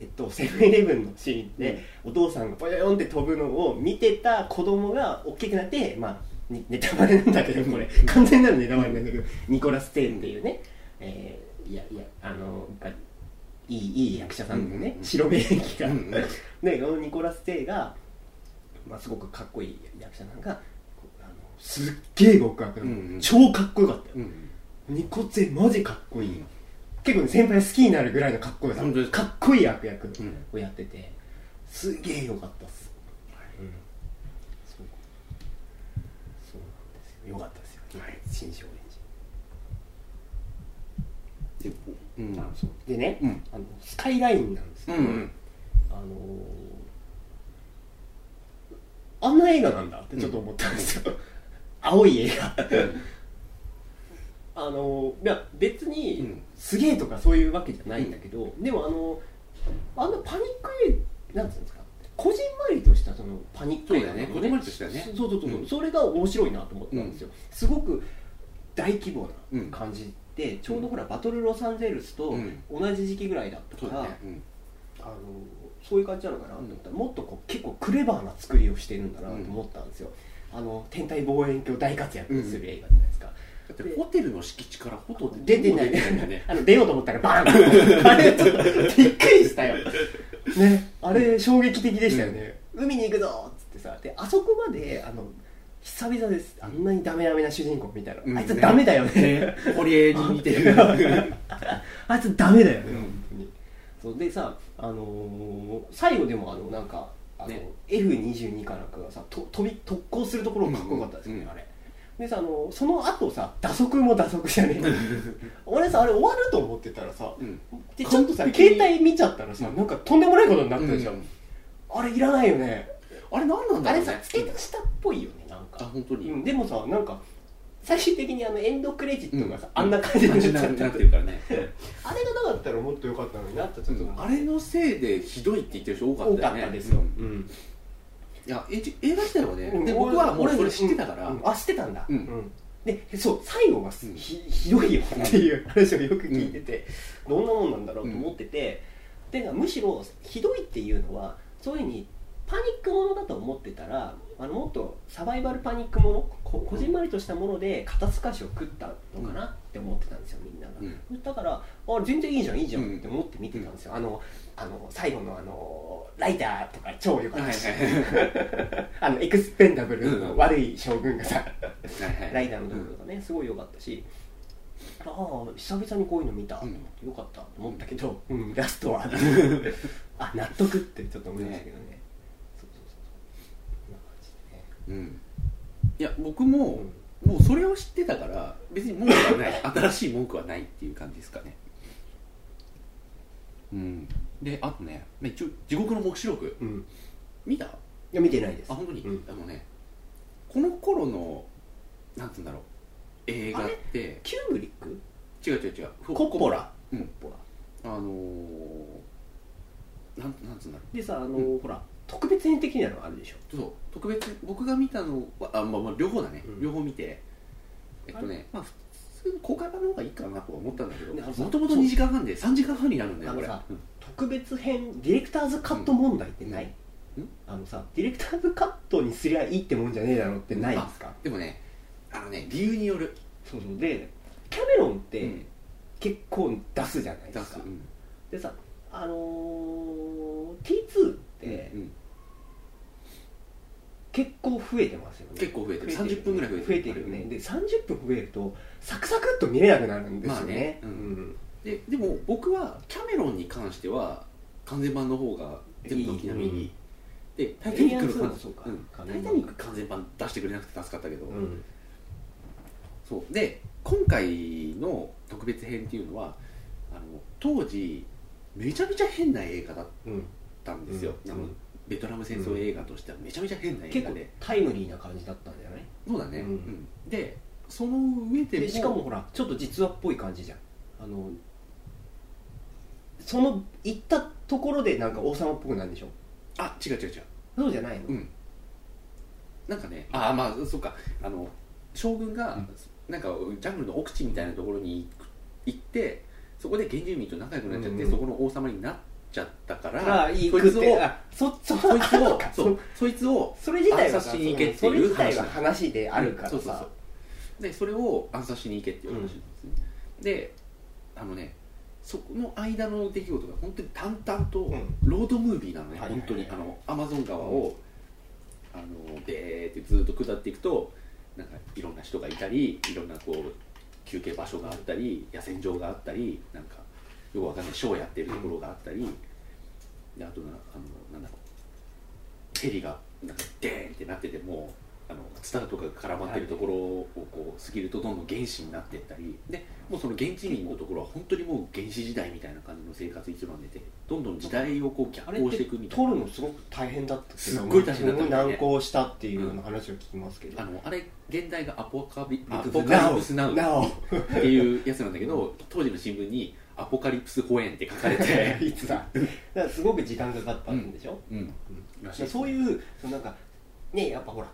Speaker 2: えっとセブンイレブンのシーンで、お父さんがポヨヨンって飛ぶのを見てた子供が大きくなってまあにネタバレなんだけどこれ完全なるネタバレなんだけどニコラス・テーンっていうね、えーいやいやあのやっぱいいいい役者さんのね、
Speaker 1: うんうん
Speaker 2: 白目駅が、
Speaker 1: うんうん
Speaker 2: ねこのニコラス・テイが、まあ、すごくかっこいい役者さんがこうあのすっげえ極悪なの、
Speaker 1: うんうん
Speaker 2: 超かっこよかったよ、
Speaker 1: うん
Speaker 2: ニコゼマジかっこいい、結構ね先輩好きになるぐらいのかっこよさ
Speaker 1: 本当です
Speaker 2: か
Speaker 1: か
Speaker 2: っこいい悪役
Speaker 1: うん
Speaker 2: をやってて、すげえよかったっす、うん、そうそうなんですよよかったですよ、はい、新少年
Speaker 3: でこ
Speaker 1: うんうん
Speaker 2: 寺そうでね、
Speaker 1: うん
Speaker 2: あのスカイラインなんですけ
Speaker 1: う
Speaker 2: ど、
Speaker 1: ん
Speaker 2: あのーあんな映画なんだってちょっと思ったんですよ、青い映画あのーいや別に、
Speaker 1: うん
Speaker 2: すげえとかそういうわけじゃないんだけど、でもあのあんなパニック映なんていうんですかこじんまりとしたそのパニック映画なの
Speaker 1: そうだねこじんまりとしたね
Speaker 2: そうそうそうそう、
Speaker 1: うん
Speaker 2: それが面白いなと思ったんですよ、すごく大規模な感じで、ちょうどほらバトルロサンゼルスと
Speaker 1: うん
Speaker 2: 同じ時期ぐらいだった
Speaker 1: そう
Speaker 2: から、
Speaker 1: だねうん
Speaker 2: あのそういう感じなのかなと思ったら、もっとこう結構クレバーな作りをしてるんだなと思ったんですよ、あの天体望遠鏡大活躍する映画じゃないですか、
Speaker 1: だってホテルの敷地からほとんど
Speaker 2: 出てな
Speaker 1: [LAUGHS]
Speaker 2: い
Speaker 1: 出てないんだね
Speaker 2: あの出ようと思ったらバーンあれちょっとびっくりしたよねあれ衝撃的でしたよね、海に行くぞっつってさであそこまであの久々ですあんなにダメダメな主人公みたいな、
Speaker 1: うん
Speaker 2: あいつダメだよね
Speaker 1: ね堀江に似て [LAUGHS] る
Speaker 2: あいつダメだよね、
Speaker 1: うん
Speaker 2: 本当にそうでさ、あのー最後でもあのなんかあの、
Speaker 1: ね
Speaker 2: F22 かなんかがさと飛び特攻するところかっこよかったですよね、
Speaker 1: うん
Speaker 2: あれでさあのその後さ打足も打足じゃねえ俺さあれ終わると思ってたらさ
Speaker 1: うん
Speaker 2: でちょっとさ
Speaker 1: 完璧
Speaker 2: 携
Speaker 1: に
Speaker 2: 帯見ちゃったらさなんかとんでもないことになってるじゃん、
Speaker 1: うん
Speaker 2: あれいらないよね
Speaker 1: あれ何なんだ
Speaker 2: あ
Speaker 1: ろうね
Speaker 2: れさ付け足したっぽいよねなん
Speaker 1: あ
Speaker 2: か、
Speaker 1: 本当
Speaker 2: う
Speaker 1: に
Speaker 2: ん、でもさなんか最終的にあのエンドクレジットがさ、
Speaker 1: うん
Speaker 2: あんな感じになっちゃっ
Speaker 1: にな
Speaker 2: た
Speaker 1: ってるからね
Speaker 2: あれがなかったらもっと良かったのになってちょっと思う、
Speaker 1: あれのせいでひどいって言ってる人多か
Speaker 2: 多
Speaker 1: った
Speaker 2: か
Speaker 1: よ
Speaker 2: っ
Speaker 1: ね
Speaker 2: たですよ、
Speaker 1: うん
Speaker 2: うん
Speaker 1: いやえじ映画自体は
Speaker 2: うん
Speaker 1: ねで僕はもうそれ知ってたから
Speaker 2: うんあ知ってたんだ、
Speaker 1: うん
Speaker 2: でそう最後がす
Speaker 1: うん
Speaker 2: ひ,、ひどいよっていう話をよく聞いてて、どんなもんなんだろうと思ってて、でむしろひどいっていうのはそういうふうにパニックものだと思ってたらあのもっとサバイバルパニックものここじんまりとしたもので肩透かしを食ったのかなって思ってたんですよみんなが、
Speaker 1: うん
Speaker 2: だからあ全然いいじゃんいいじゃ
Speaker 1: うんん
Speaker 2: って思って見てたんですよ、あのあの最後のあのライターとか超良か
Speaker 1: はいはい
Speaker 2: ったし、 [LAUGHS] あのエクスペンダブルの悪い将軍
Speaker 1: [LAUGHS]
Speaker 2: がさ、
Speaker 1: はいはい
Speaker 2: ライダーのところとかね、すごい良かったしああ久々にこういうの見た、
Speaker 1: うん
Speaker 2: よかったと思ったけど、うんラス
Speaker 1: [LAUGHS]
Speaker 2: トはあ納得ってちょっと思いましたけどねそうそうそうこんな感じで
Speaker 1: う
Speaker 2: ね
Speaker 1: んいや僕ももうそれを知ってたから別に文句はない新しい文句はないっていう感じですかねうんであとねまあ一応「地獄の黙示録
Speaker 2: うん」
Speaker 1: 見たあ
Speaker 2: や見てないです
Speaker 1: 本当に、
Speaker 2: うん
Speaker 1: あのねこの頃のなんて言うんだろう映画って
Speaker 2: キューブリック
Speaker 1: 違う違う違うフォ
Speaker 2: コッポラ
Speaker 1: うん
Speaker 2: コッポラ
Speaker 1: あのー、なんなんつうんだろ
Speaker 2: でさあの、
Speaker 1: う
Speaker 2: ほら特別編的なのあるでしょ
Speaker 1: うそう特別僕が見たのはあ、まあ、まあ両方だね、
Speaker 2: うん
Speaker 1: 両方見てえっとねまあ普通に公開版の方がいいかなとは思ったんだけど
Speaker 2: ねあのさ
Speaker 1: もともと2時間半で3時間半になるんだよ
Speaker 2: あ
Speaker 1: こ
Speaker 2: の
Speaker 1: れ、
Speaker 2: さ
Speaker 1: うん
Speaker 2: 特別編ディレクターズカット問題ってない、
Speaker 1: うんうん
Speaker 2: あのさディレクターズカットにすりゃいいってもんじゃねえだろってないですか、
Speaker 1: でもねあのね理由による、
Speaker 2: そうそうでキャメロンって、
Speaker 1: うん
Speaker 2: 結構出すじゃないで
Speaker 1: 出
Speaker 2: す
Speaker 1: す
Speaker 2: か
Speaker 1: うん
Speaker 2: でさあのー、T2 って
Speaker 1: うん
Speaker 2: 結構増えてますよね
Speaker 1: 結構増えてる
Speaker 2: よね
Speaker 1: 30分ぐらい増えてる
Speaker 2: 増えてるよねで30分増えるとサクサクっと見れなくなるんですよね,、
Speaker 1: まあねうん
Speaker 2: ん
Speaker 1: ででも僕はキャメロンに関しては完全版の方が全部軒並みにいいで「タイタニック」の
Speaker 2: エイリアンズもそうか
Speaker 1: うん
Speaker 2: 完
Speaker 1: タ
Speaker 2: 全
Speaker 1: イ
Speaker 2: 版
Speaker 1: タニック完全版出してくれなくて助かったけど、
Speaker 2: うん
Speaker 1: そうで今回の特別編っていうのはあの当時めちゃめちゃ変な映画だっ
Speaker 2: うん
Speaker 1: たんですよ、
Speaker 2: うん
Speaker 1: あのベトナム戦争映画としてはめちゃめちゃ変な映
Speaker 2: 結
Speaker 1: 画
Speaker 2: 構
Speaker 1: で
Speaker 2: タイムリーな感じだったんじゃない
Speaker 1: そうだね、
Speaker 2: うん
Speaker 1: うんでその上で
Speaker 2: でしかもほらちょっと実話っぽい感じじゃんあのその行ったところでなんか王様っぽくなるんでしょ
Speaker 1: あ違う違う違う
Speaker 2: そうじゃないの、
Speaker 1: うんなんかねああまあそっかあの将軍が、なんかジャングルの奥地みたいなところに行く行ってそこで原住民と仲良くなっちゃって、
Speaker 2: うんうん
Speaker 1: そこの王様になっちゃったから
Speaker 2: ああいい
Speaker 1: そ
Speaker 2: く
Speaker 1: い
Speaker 2: っ
Speaker 1: つを
Speaker 2: てあそそ
Speaker 1: そいつ
Speaker 2: [LAUGHS] あそ
Speaker 1: を
Speaker 2: うか
Speaker 1: そうそいつを
Speaker 2: それ自体は
Speaker 1: 暗殺しに行けっていう
Speaker 2: それ自体は
Speaker 1: 話
Speaker 2: 話であるからさ、
Speaker 1: そうそうそうでそれを暗殺しに行けっていう話なんですね、であのねそこの間の出来事が本当に淡々と
Speaker 2: うん
Speaker 1: ロードムービーなのね、
Speaker 2: はいはいはい
Speaker 1: 本当にあのアマゾン川を、あのでーってずっと下っていくとなんかいろんな人がいたりいろんなこう休憩場所があったり野戦場があったりなんかよくわかんないショーやってるところがあったり、であとなあのなんだろうヘリがなんかデーンってなっててもあのツタとかが絡まってるところをこう過ぎるとどんどん原始になってったりでもうその現地民のところは本当にもう原始時代みたいな感じの生活一番出てどんどん時代をこう
Speaker 2: あ
Speaker 1: 逆
Speaker 2: れっ
Speaker 1: 行してていくみたい
Speaker 2: 撮
Speaker 1: な
Speaker 2: るのすごく大変だった
Speaker 1: すっごい大変だったんだよね
Speaker 2: 難航したっていうような話を聞きますけど、
Speaker 1: あのあれ現代がアポカビア
Speaker 2: あ
Speaker 1: ポカリプスナウ
Speaker 2: なお
Speaker 1: っていうやつなんだけど当時の新聞に「アポカリプス保演」って書かれて
Speaker 2: [LAUGHS] いつだだからすごく時間かかったんでしょ、
Speaker 1: うん
Speaker 2: だからそういうそのなんかねやっぱほら、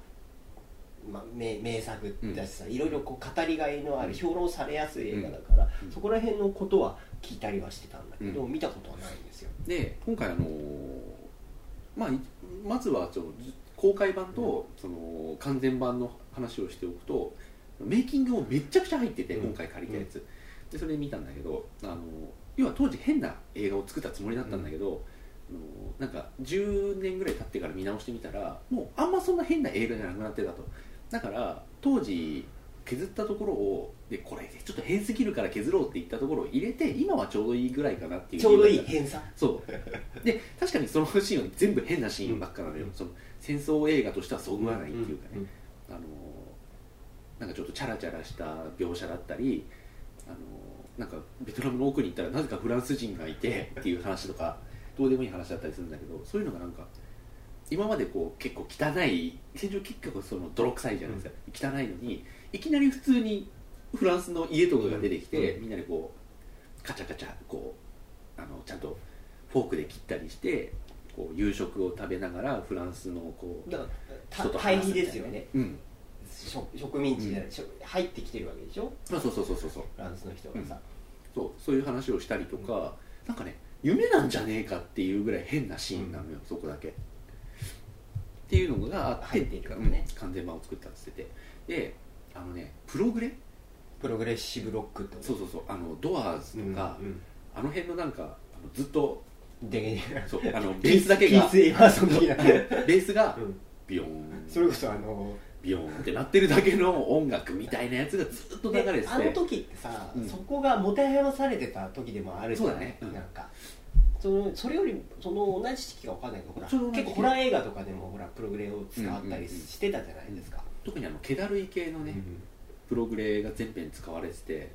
Speaker 2: まあ、名名作だしさ、いろいろこう語りがいのある
Speaker 1: うん
Speaker 2: 評論されやすい映画だから、
Speaker 1: うん
Speaker 2: そこら辺のことは聞いたりはしてたんだけど、
Speaker 1: う
Speaker 2: 見たことはないんですよ
Speaker 1: で今回あのまあいまずはそのず公開版とその完全版の話をしておくとメイキングもめっちゃくちゃ入ってて
Speaker 2: うん
Speaker 1: 今回借りたやつでそれ見たんだけどあの要は当時変な映画を作ったつもりだったんだけどあのなんか10年ぐらい経ってから見直してみたらもうあんまそんな変な映画じゃなくなってたとだから当時削ったところをでこれちょっと変すぎるから削ろうって言ったところを入れて今はちょうどいいぐらいかなっていう
Speaker 2: ちょうどいい偏差
Speaker 1: そうで確かにそのシーンは全部変なシーンばっかなのよ、
Speaker 2: うん
Speaker 1: その戦争映画としてはそぐわないっていうかね、
Speaker 2: ん
Speaker 1: あのなんかちょっとチャラチャラした描写だったりあのなんかベトナムの奥に行ったらなぜかフランス人がいてっていう話とかどうでもいい話だったりするんだけどそういうのがなんか今までこう結構汚い戦場結局その泥臭いじゃないですか、汚いのにいきなり普通にフランスの家とかが出てきて、
Speaker 2: う
Speaker 1: みんなでこうカチャカチャこうあのちゃんとフォークで切ったりしてこう夕食を食べながらフランスのこう
Speaker 2: だからた
Speaker 1: 人と
Speaker 2: 対
Speaker 1: 話す
Speaker 2: 比
Speaker 1: みたいな
Speaker 2: ですよね
Speaker 1: うん
Speaker 2: 植植民地じゃない、しょ入ってきてるわけでしょ
Speaker 1: あそうそうそうそうそう
Speaker 2: フランスの人がさ、
Speaker 1: そうそういう話をしたりとか、なんかね夢なんじゃねえかっていうぐらい変なシーンなのよ、そこだけっていうのがあって
Speaker 2: 入っているからね
Speaker 1: うん完全版を作ったっつっててであのねプログレ
Speaker 2: プログレッシブロックってこと
Speaker 1: そうそうそうあのドアーズとか、
Speaker 2: うん
Speaker 1: あの辺のなんかあのずっと
Speaker 2: うん、で [LAUGHS]
Speaker 1: そうあのベースだけが
Speaker 2: ピースエヴァーソン
Speaker 1: そう
Speaker 2: 的
Speaker 1: [LAUGHS] ベ
Speaker 2: な、
Speaker 1: ースが
Speaker 2: うん
Speaker 1: ビヨーン
Speaker 2: それこそあの
Speaker 1: ビヨーンってなってるだけの音楽みたいなやつがずっと流れて
Speaker 2: で
Speaker 1: て
Speaker 2: あの時ってさ、
Speaker 1: うん
Speaker 2: そこがもてはやされてた時でもあるじゃない
Speaker 1: そうだねうん
Speaker 2: なんかそのそれよりその同じ時期かわかんないけどほら
Speaker 1: その同じ時
Speaker 2: 結
Speaker 1: 期
Speaker 2: 構ホラー映画とかでもほらプログレを使った
Speaker 1: うんうんう
Speaker 2: り
Speaker 1: ん
Speaker 2: してたじゃないですか、
Speaker 1: 特にあの気だるい系のね、プログレが全編使われてて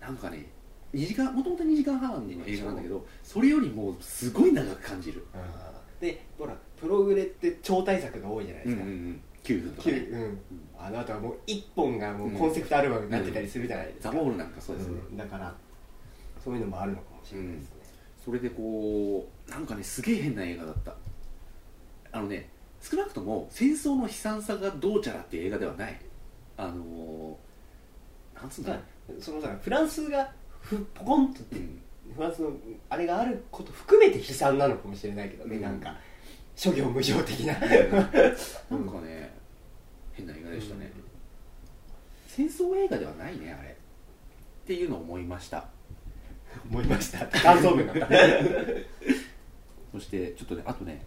Speaker 1: なんかね2時間もともと2時間半の映画なんだけどそれよりもすごい長く感じる
Speaker 2: あーでほらプログレって超大作が多いじゃないで
Speaker 1: うん
Speaker 2: す
Speaker 1: うん
Speaker 2: か、
Speaker 1: うん9分とか
Speaker 2: きゅう
Speaker 1: ね
Speaker 2: うんあのあとはもう1本がもうコンセプトアルバムになってたりするじゃないです
Speaker 1: ザ
Speaker 2: か、
Speaker 1: ボールなんかそうですね、
Speaker 2: うんだからそういうのもあるのかもしれないですね、
Speaker 1: それでこうなんかねすげえ変な映画だったあのね少なくとも戦争の悲惨さがどうちゃらっていう映画ではないあのー、なんつうんだろう、
Speaker 2: そのさフランスがふポコンとって
Speaker 1: うん
Speaker 2: フランスのあれがあること含めて悲惨なのかもしれないけどね、
Speaker 1: うん
Speaker 2: なんか諸行無常的な
Speaker 1: なんかね変な映画でしたね、戦争映画ではないねあれっていうのを思いました
Speaker 2: 思いました感想文だ [LAUGHS] った
Speaker 3: そしてちょっとねあとね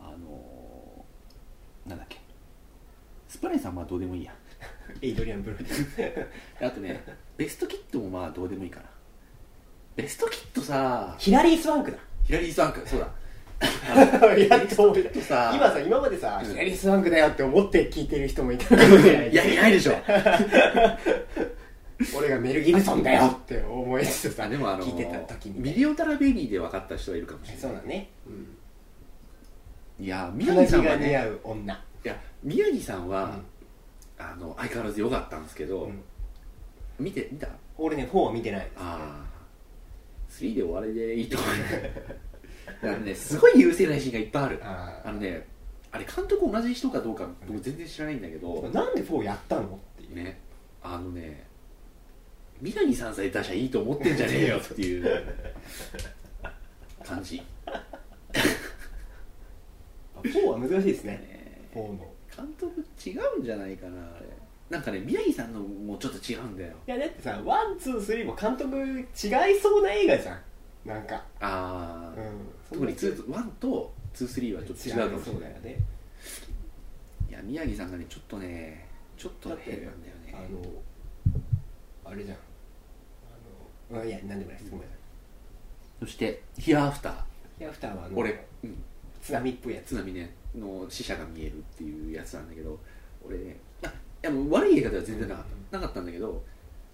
Speaker 3: あのーなんだっけ
Speaker 1: スプレーさんはまあどうでもいいや
Speaker 2: エイドリアン・ブロード
Speaker 1: あと [LAUGHS] ねベストキットもまあどうでもいいかなベストキットさ
Speaker 2: ヒラリー・スワンクだ
Speaker 1: ヒラリー・スワンク [LAUGHS] そうだ
Speaker 2: [LAUGHS] やっと思い出
Speaker 1: ベストキットさ
Speaker 2: 今さ今までさ、
Speaker 1: うん
Speaker 2: ヒラリー・スワンクだよって思って聞いてる人もいたかもしれない
Speaker 1: いやいないでしょ
Speaker 2: 俺がメル・ギブソンだよって思いつつさ
Speaker 1: あでもあの
Speaker 2: 聞いてた時に
Speaker 1: ミリオタラベリーで分かった人はいるかもしれない
Speaker 2: そうだね、うん、
Speaker 1: いや宮
Speaker 2: 花
Speaker 1: 城さ
Speaker 2: 火
Speaker 1: んは
Speaker 2: が似合
Speaker 1: ね
Speaker 2: う女、
Speaker 1: いや宮城さん
Speaker 2: う
Speaker 1: は
Speaker 2: ん、
Speaker 1: あの相変わらず良かったんですけど、
Speaker 2: うん
Speaker 1: 見て見た
Speaker 2: 俺ね4は見てないですね
Speaker 1: ああ3で終わりでいいと思う [LAUGHS] あのねすごい優勢なシーンがいっぱいある
Speaker 2: あ
Speaker 1: あのねあれ監督同じ人かどうか僕全然知らないんだけど、
Speaker 2: ーなんで4やったのっていう
Speaker 1: ねあのね宮城さんさえ出しゃいいと思ってんじゃねえよって [LAUGHS] いう感じ、
Speaker 2: 4は難しいですね
Speaker 1: ね
Speaker 2: 4の
Speaker 1: 監督違うんじゃないかなあれなんかね宮城さんのもちょっと違うんだよ
Speaker 2: いやだってさワンツースリーも監督違いそうな映画じゃんなんか、
Speaker 1: あ
Speaker 2: う
Speaker 1: あ、
Speaker 2: ん、
Speaker 1: 特に2 1と23はちょっと違うかもしれない
Speaker 2: 違いそうだよね
Speaker 1: いや宮城さんがねちょっとねちょっと変なんだよ
Speaker 2: あ
Speaker 1: ね
Speaker 2: のあれじゃんあのあいや何でもないですごめん
Speaker 1: そして「ヒアアフター
Speaker 2: いやアフターはあ」の
Speaker 1: 俺、うん、
Speaker 2: 津波っぽいやつ
Speaker 1: 津波ねの死者が見えるっていうやつなんだけど俺ねあいやもう悪い映画では全然なかったなかったんだけど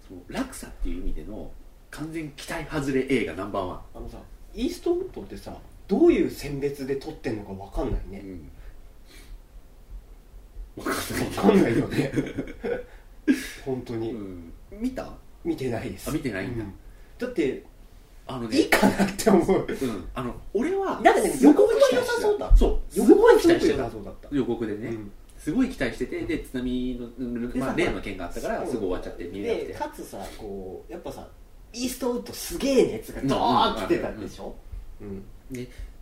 Speaker 1: その落差っていう意味での完全期待外れ映画ナンバーワ
Speaker 2: あのさイーストウッドってさどういう選別で撮ってんのか分かんない
Speaker 1: ン、う
Speaker 2: ね
Speaker 1: ん、
Speaker 2: 分かんないよ
Speaker 1: [LAUGHS]
Speaker 2: ね本当に、
Speaker 1: うん、見た
Speaker 2: 見てないです
Speaker 1: あ見てないんだ
Speaker 2: うだって
Speaker 1: あのね
Speaker 2: いいかなって思う
Speaker 1: うん、あの俺は
Speaker 2: なんかね
Speaker 1: すごい
Speaker 2: 予告が良さそうだ
Speaker 1: そう
Speaker 2: 横
Speaker 1: すご
Speaker 2: はすご
Speaker 1: い
Speaker 2: く
Speaker 1: 期待して
Speaker 2: 良
Speaker 1: た
Speaker 2: さそうだった、
Speaker 1: 予告でね、
Speaker 2: うん
Speaker 1: すごい期待しててで津波の、うん
Speaker 2: でさ
Speaker 1: まあ、例の件があったからすぐ終わっちゃって見れなく
Speaker 2: で
Speaker 1: て
Speaker 2: かつさこうやっぱさイーストウッドすげえ熱がドーンって出たんでしょ、うん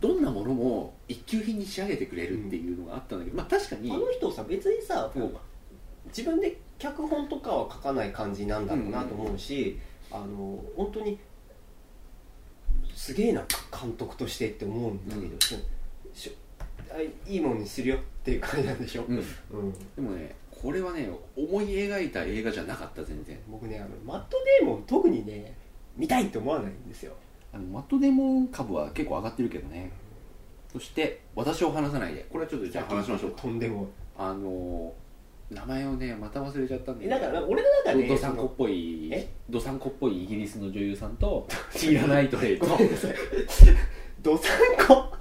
Speaker 1: どんなものも一級品に仕上げてくれるっていうのがあったんだけど、まあ確かに
Speaker 2: あの人さ別にさこう、
Speaker 1: うん
Speaker 2: 自分で脚本とかは書かない感じなんだろうなと思うし、あの本当にすげえな監督としてって思うんだけど、
Speaker 1: うん
Speaker 2: しあいいもんにするよっていう感じなんでしょ、
Speaker 1: うん、
Speaker 2: うん
Speaker 1: でもねこれはね思い描いた映画じゃなかった全然
Speaker 2: 僕ねあのマット・デーモン特にね見たいって思わないんですよ
Speaker 1: あのマットデモン株は結構上がってるけどねそして私を話さないでこれはちょっとじゃあ話しましょうか
Speaker 2: とんでも
Speaker 1: あのー名前をねまた忘れちゃったんだ
Speaker 2: え
Speaker 1: け
Speaker 2: だ
Speaker 1: ど
Speaker 2: から俺の中で
Speaker 1: ドサンコっぽ
Speaker 2: え
Speaker 1: いドサンコっぽいイギリスの女優さんとシーラ・ナイトレイと
Speaker 2: ごめんなさいドサンコ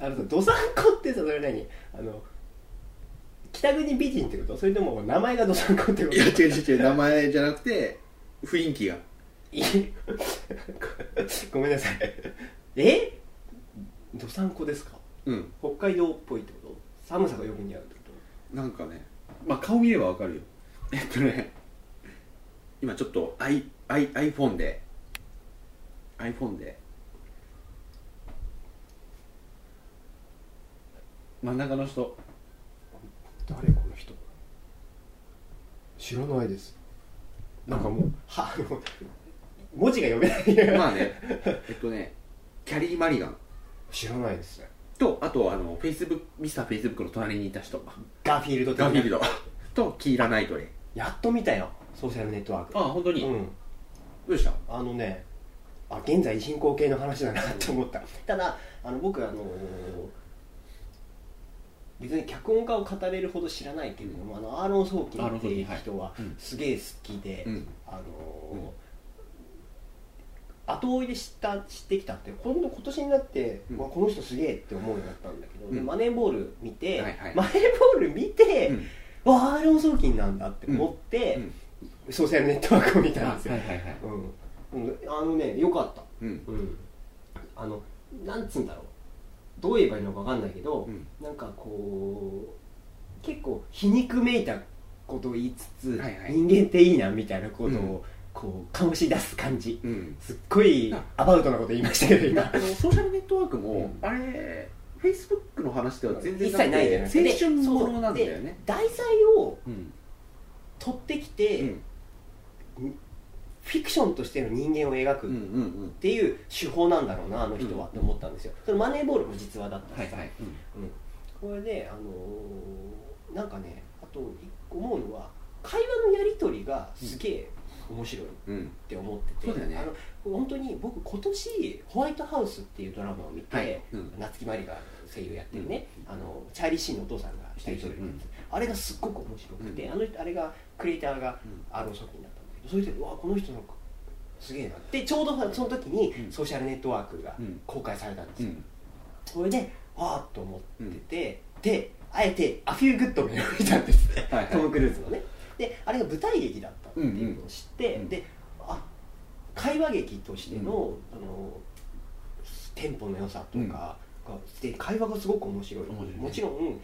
Speaker 2: あのさドサンコってさそれ何あの北国美人ってことそれとも名前がドサンコって
Speaker 1: い
Speaker 2: こと
Speaker 1: や違う違う違う名前じゃなくて雰囲気が
Speaker 2: いごめんなさいえドサンコですか
Speaker 1: うん
Speaker 2: 北海道っぽいってこと寒さがよく似合うってこ
Speaker 1: なんかねまあ顔見ればわかるよえっとね今ちょっと I I iPhone で iPhone で真ん中の人
Speaker 2: と誰この人知らないですなんかもうはあの文字が読めない、
Speaker 1: まあねえっとねキャリー・マリガン
Speaker 2: 知らないですね
Speaker 1: とあとあのフェイスブックミスターフェイスブックの隣にいた人
Speaker 2: ガーフィールド的な
Speaker 1: ガンフィールドとキーラ・ナイトレイ
Speaker 2: やっと見たよソーシャルネットワーク
Speaker 1: あ本当に、
Speaker 2: うん
Speaker 1: どうでした
Speaker 2: あのねあ現在進行形の話だなと思った [LAUGHS] ただあの僕あの別に脚本家を語れるほど知らないけれども、あのアーロン・ソーキンっていう
Speaker 1: アーロンソーキン
Speaker 2: 人は
Speaker 1: うん
Speaker 2: すげえ好きで、
Speaker 1: うん
Speaker 2: あのー後追いで知った知ってきたって今度今年になって、
Speaker 1: うん
Speaker 2: まあ、この人すげえって思うようになったんだけど、
Speaker 1: うん
Speaker 2: でマネーボール見て、
Speaker 1: はいはい
Speaker 2: マネーボール見て、わあアーロン・ソーキンなんだって思って、
Speaker 1: うん
Speaker 2: ソーシャルネットワークを見たんですよ、
Speaker 3: はいはいはい
Speaker 2: うんうん、あのねよかった
Speaker 1: うん
Speaker 2: うん、あのなんつうんだろうどう言えばいいのかわかんないけど、
Speaker 1: うん
Speaker 2: なんかこう結構皮肉めいたことを言いつつ、
Speaker 1: はいはい
Speaker 2: 人間っていいなみたいなこと
Speaker 1: うん
Speaker 2: をこう醸し出す感じ
Speaker 1: うん
Speaker 2: すっごい
Speaker 1: あ
Speaker 2: アバウトなこと言いましたけど今
Speaker 1: あのソーシャルネットワークも、
Speaker 2: うん
Speaker 1: あれフェイスブックの話では全然
Speaker 2: 一切ないじゃない
Speaker 1: 青春ものなんだよね
Speaker 2: 題材を
Speaker 1: うん
Speaker 2: 取ってき
Speaker 1: う
Speaker 2: て、
Speaker 1: ん
Speaker 2: フィクションとしての人間を描く
Speaker 1: うんう
Speaker 2: っ
Speaker 1: ん
Speaker 2: ていう手法なんだろうなあの人はって思ったんですよ、そのマネーボールも実話だった
Speaker 1: は
Speaker 2: んで
Speaker 1: い
Speaker 2: す
Speaker 1: はい
Speaker 2: これで、あのーなんかねあと一個思うのは会話のやり取りがすげえ面白いっ
Speaker 1: うん、うん、
Speaker 2: て思ってて、
Speaker 1: そうだよね
Speaker 2: あの本当に僕今年「ホワイトハウス」っていうドラマを見て、
Speaker 1: はいうん
Speaker 2: 夏木マリが声優やってるね、あのチャーリー・シーンのお父さんがやり取りをやっててあれがすっごく面白くて、あの人あれがクリエイターが
Speaker 1: うん
Speaker 2: アーロン・ソキンだったんだけどそれでうわこの人なんかすげえなってちょうどその時に
Speaker 1: うん
Speaker 2: ソーシャルネットワークが
Speaker 1: うん
Speaker 2: 公開されたんですよ、
Speaker 1: うん
Speaker 2: それでわーっと思ってて、であえて「アフィー・グッドメン」を見たんですね、
Speaker 1: はいはい
Speaker 2: トム・クルーズのねであれが舞台劇だったっていうのを知って、
Speaker 1: うんうん
Speaker 2: であ会話劇としての,、あのテンポの良さとかが、で会話がすごく面白い
Speaker 1: 面白いね
Speaker 2: もちろん
Speaker 1: うん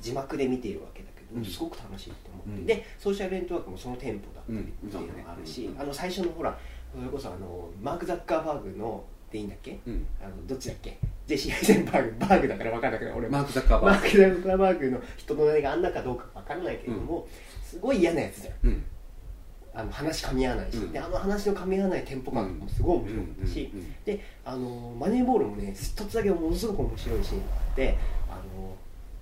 Speaker 2: 字幕で見ているわけだけど、
Speaker 1: うん
Speaker 2: すごく楽しいと思って、
Speaker 1: うん
Speaker 2: でソーシャルネットワークもそのテンポだったりっていうのがあるし、
Speaker 1: うんそうだねうん
Speaker 2: あの最初のほらそれこそあのマーク・ザッカーバーグのでいいんだっけ
Speaker 1: うん
Speaker 2: あのどっちだっけジェシー・アイゼンバーグバーグだから分かんなくない俺
Speaker 1: マ
Speaker 2: マ
Speaker 1: ーク・ザッカー
Speaker 2: マ
Speaker 1: バ
Speaker 2: ー
Speaker 1: ー
Speaker 2: ク・ザッカーバーグの人の名があんなかどうか分からないけれども、すごい嫌なやつじゃん
Speaker 1: グうん
Speaker 2: あの話噛み合わないし、
Speaker 1: うん
Speaker 2: であの話の噛み合わないテンポ感もすごい面白かったし、
Speaker 1: うんうんうん
Speaker 2: であのマネーボールもね一つだけものすごく面白いシーンがあってあの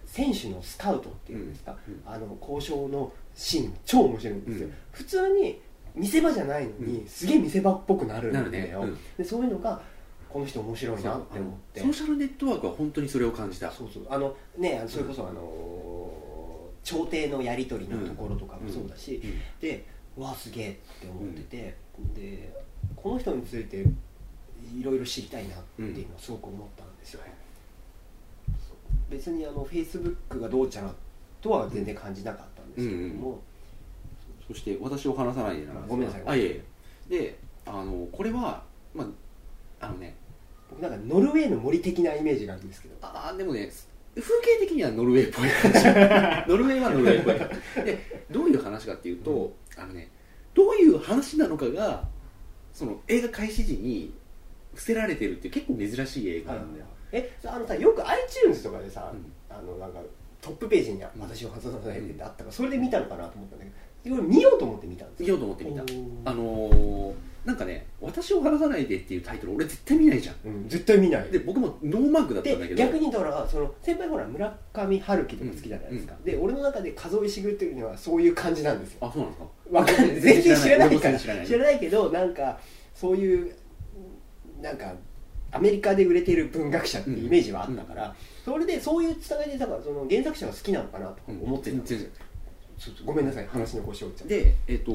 Speaker 2: 選手のスカウトっていうんですか、
Speaker 1: うんうん
Speaker 2: あの交渉のシーン超面白いんですよ、
Speaker 1: うん
Speaker 2: 普通に見せ場じゃないのに、すげえ見せ場っぽくなるんだ
Speaker 1: なる
Speaker 2: よ
Speaker 1: ねうん
Speaker 2: でそういうのがこの人面白いなって思って
Speaker 1: ソーシャルネットワークは本当にそれを感じた
Speaker 2: そうそうあのねそれこそあのー調停のやり取りのところとかもそうだし、
Speaker 1: うん
Speaker 2: でうわすげえって思ってて、でこの人についていろいろ知りたいなっていうのはすごく思ったんですよ、そう別にあのフェイスブックがどうちゃらとは全然感じなかったんですけれども、
Speaker 1: そして私を話さないでなんですが
Speaker 2: ごめんなさい
Speaker 1: あいえいえであのこれはまああのね
Speaker 2: 僕なんかノルウェーの森的なイメージがあるんですけど
Speaker 1: ああでもね風景的にはノルウェーっぽい [LAUGHS] 感じノルウェーはノルウェーっぽい感じでどういう話かっていうと、あのねどういう話なのかがその映画開始時に伏せられてるっていう結構珍しい映画なんだよ、
Speaker 2: えあのさよく iTunes とかでさ、
Speaker 1: うん
Speaker 2: あのなんかトップページに「
Speaker 1: ん
Speaker 2: 私を外さないで」ってあったからそれで見たのかなと思ったんだけどいろいろ見ようと思って見たんです
Speaker 1: 見ようと思ってみた
Speaker 2: おー
Speaker 1: あのーなんかね「私を話さないで」っていうタイトル俺絶対見ないじゃん
Speaker 2: うん、絶対見ない
Speaker 1: で
Speaker 2: で
Speaker 1: 僕もノーマークだったんだけど
Speaker 2: 逆にだからその先輩ほら村上春樹とか好きじゃないですか、
Speaker 1: うん
Speaker 2: で俺の中で数尾石黒っていうのはそういう感じなんですよ
Speaker 1: あそうなんですか
Speaker 2: わかんない全然知らないから
Speaker 1: 俺も全然知らない
Speaker 2: 知らないけどなんかそういうなんかアメリカで売れてる文学者っていうイメージはあったから、それでそういうつながりでだからその原作者が好きなのかなとか思ってたんですよ、
Speaker 1: 全然
Speaker 2: そうそうごめんなさい話の腰折っちゃって
Speaker 1: でえっ、と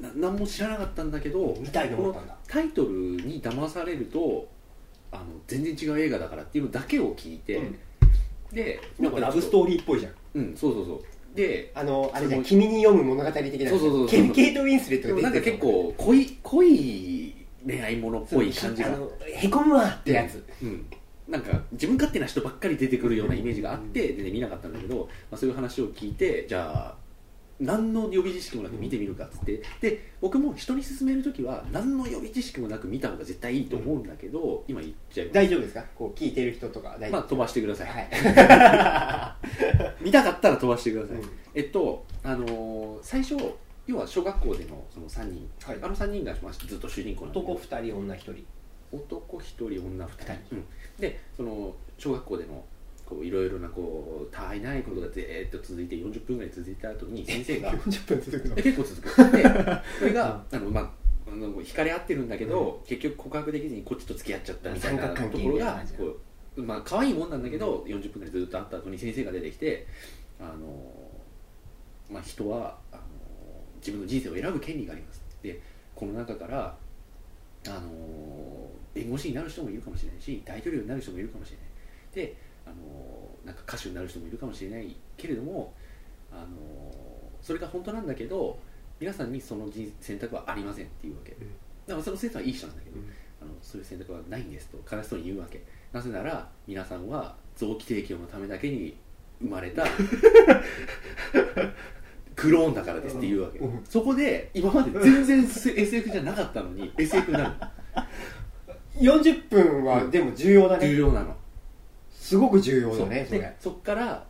Speaker 1: な何も知らなかったんだけど
Speaker 2: 見たいと思ったんだ
Speaker 1: タイトルに騙されるとあの全然違う映画だからっていうのだけを聞いて、
Speaker 2: うん
Speaker 1: で
Speaker 2: なんかラブストーリーっぽいじゃん
Speaker 1: うんそうそうそうで
Speaker 2: あのあれじゃん
Speaker 1: そ
Speaker 2: 君に読む物語的な
Speaker 1: そうそうそう
Speaker 2: ケケイト・ウィンスレッ
Speaker 1: で
Speaker 2: トが
Speaker 1: も
Speaker 2: 出
Speaker 1: な
Speaker 2: て
Speaker 1: ん
Speaker 2: く
Speaker 1: か
Speaker 2: る
Speaker 1: 結構濃い濃い恋愛ものっぽい感じが
Speaker 2: あのへこむわってやつ、
Speaker 1: うん、なんか自分勝手な人ばっかり出てくるようなイメージがあって全然見なかったんだけど、まあ、そういう話を聞いてじゃあ何の予備知識もなく見てみるかっつってで僕も人に勧める時は何の予備知識もなく見た方が絶対いいと思うんだけど今言っちゃいま
Speaker 2: 大丈夫ですかこう聞いてる人とか大
Speaker 1: す
Speaker 2: 丈
Speaker 1: ま
Speaker 2: 夫
Speaker 1: あ飛ばしてください、
Speaker 2: はい、
Speaker 1: 見たかったら飛ばしてください、
Speaker 2: うん
Speaker 1: えっとあのー最初要は小学校でのその3人、
Speaker 2: はい
Speaker 1: あの3人がまあずっと主人公なんだけど
Speaker 2: 男2人女1人
Speaker 1: 男1人女2人、
Speaker 2: はい
Speaker 1: うんでその小学校でのこういろいろなこうたわいないことがずーっと続いて40分ぐらい続いた後に先生が
Speaker 2: 40分続くの
Speaker 1: え結構続く
Speaker 2: [LAUGHS]
Speaker 1: でそれがあの、まあ、あの惹かれ合ってるんだけど、結局告白できずにこっちと付き合っちゃったみたいな
Speaker 2: 三角関
Speaker 1: と
Speaker 2: 係
Speaker 1: ころ
Speaker 2: みたいな
Speaker 1: が
Speaker 2: 感じだ
Speaker 1: こうまあ可愛いもんなんだけど、40分ぐらいずっとあった後に先生が出てきてあの、まあ、人はあの自分の人生を選ぶ権利がありますでこの中からあの弁護士になる人もいるかもしれないし大統領になる人もいるかもしれないで、あのなんか歌手になる人もいるかもしれないけれども、あのそれが本当なんだけど皆さんにその人選択はありませんっていうわけ、
Speaker 2: ん
Speaker 1: だからその生徒はいい人なんだけど、
Speaker 2: うん
Speaker 1: あのそういう選択はないんですと悲しそうに言うわけなぜなら皆さんは臓器提供のためだけに生まれ
Speaker 2: [LAUGHS]
Speaker 1: たクローンだからですって言うわけ、
Speaker 2: うん
Speaker 1: そこで今まで全然 SF じゃなかったのに SF になる
Speaker 2: 40分はでも重要だ
Speaker 1: 重
Speaker 2: ね
Speaker 1: 要なの
Speaker 2: すごく重要
Speaker 1: そ
Speaker 2: だ
Speaker 1: う
Speaker 2: ねそれ
Speaker 1: でそっから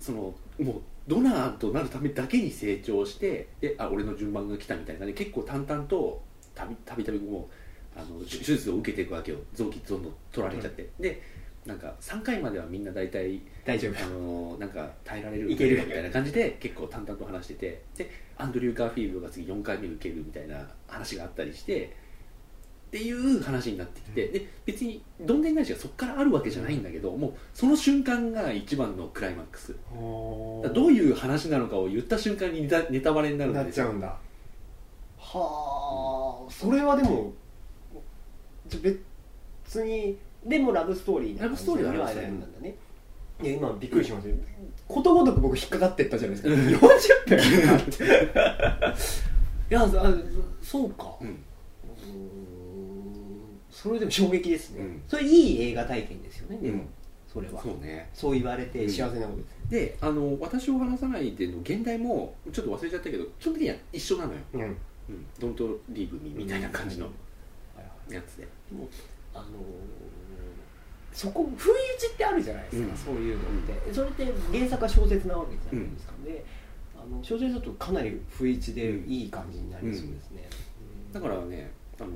Speaker 1: そのもうドナーとなるためだけに成長してであ俺の順番が来たみたいなね結構淡々とたびたびたびもうあの手手術を受けていくわけよ臓器どんどん取られちゃって、でなんか3回まではみんな大体
Speaker 2: 大丈夫
Speaker 1: あのなんか耐えられる
Speaker 2: いける
Speaker 1: みたいな感じで結構淡々と話しててでアンドリュー・ガーフィールドが次4回目受けるみたいな話があったりしてっていう話になってきて、で別にどんでん返しがそこからあるわけじゃないんだけど、もうその瞬間が一番のクライマックスだからどう
Speaker 2: い
Speaker 1: いう話なのかを言った瞬間にネタネタバレになる
Speaker 2: なんっ
Speaker 1: です
Speaker 2: ちゃ
Speaker 1: よ
Speaker 2: うんだはあそれはでもじゃ別にでもラブストーリーな
Speaker 1: ラブストーリーはあります
Speaker 2: そ
Speaker 1: ね
Speaker 2: れはあれなんだねいや今びっくりしましたよことごとく僕引っかかってったじゃないですか40分っていやあそそうか
Speaker 1: うん
Speaker 2: うーんそれでも衝撃ですね、
Speaker 1: うん
Speaker 2: それいい映画体験ですよねでも、
Speaker 1: うん
Speaker 2: それはそう
Speaker 1: そうね
Speaker 2: 言われて
Speaker 1: うん
Speaker 2: 幸せなことです、
Speaker 1: であの私を話さないでの現代もちょっと忘れちゃったけど基本的には一緒なのよ
Speaker 2: うん
Speaker 1: 「うん、ドントリーブミみたいな感じのやつで、
Speaker 2: でもあのーそこ不意打ちってあるじゃないですか、
Speaker 1: うん
Speaker 2: そういうのって、それって原作は小説なわけじゃないですか、であの小説だとかなり不意打ちでいい感じになりそうですね、
Speaker 1: だからねあの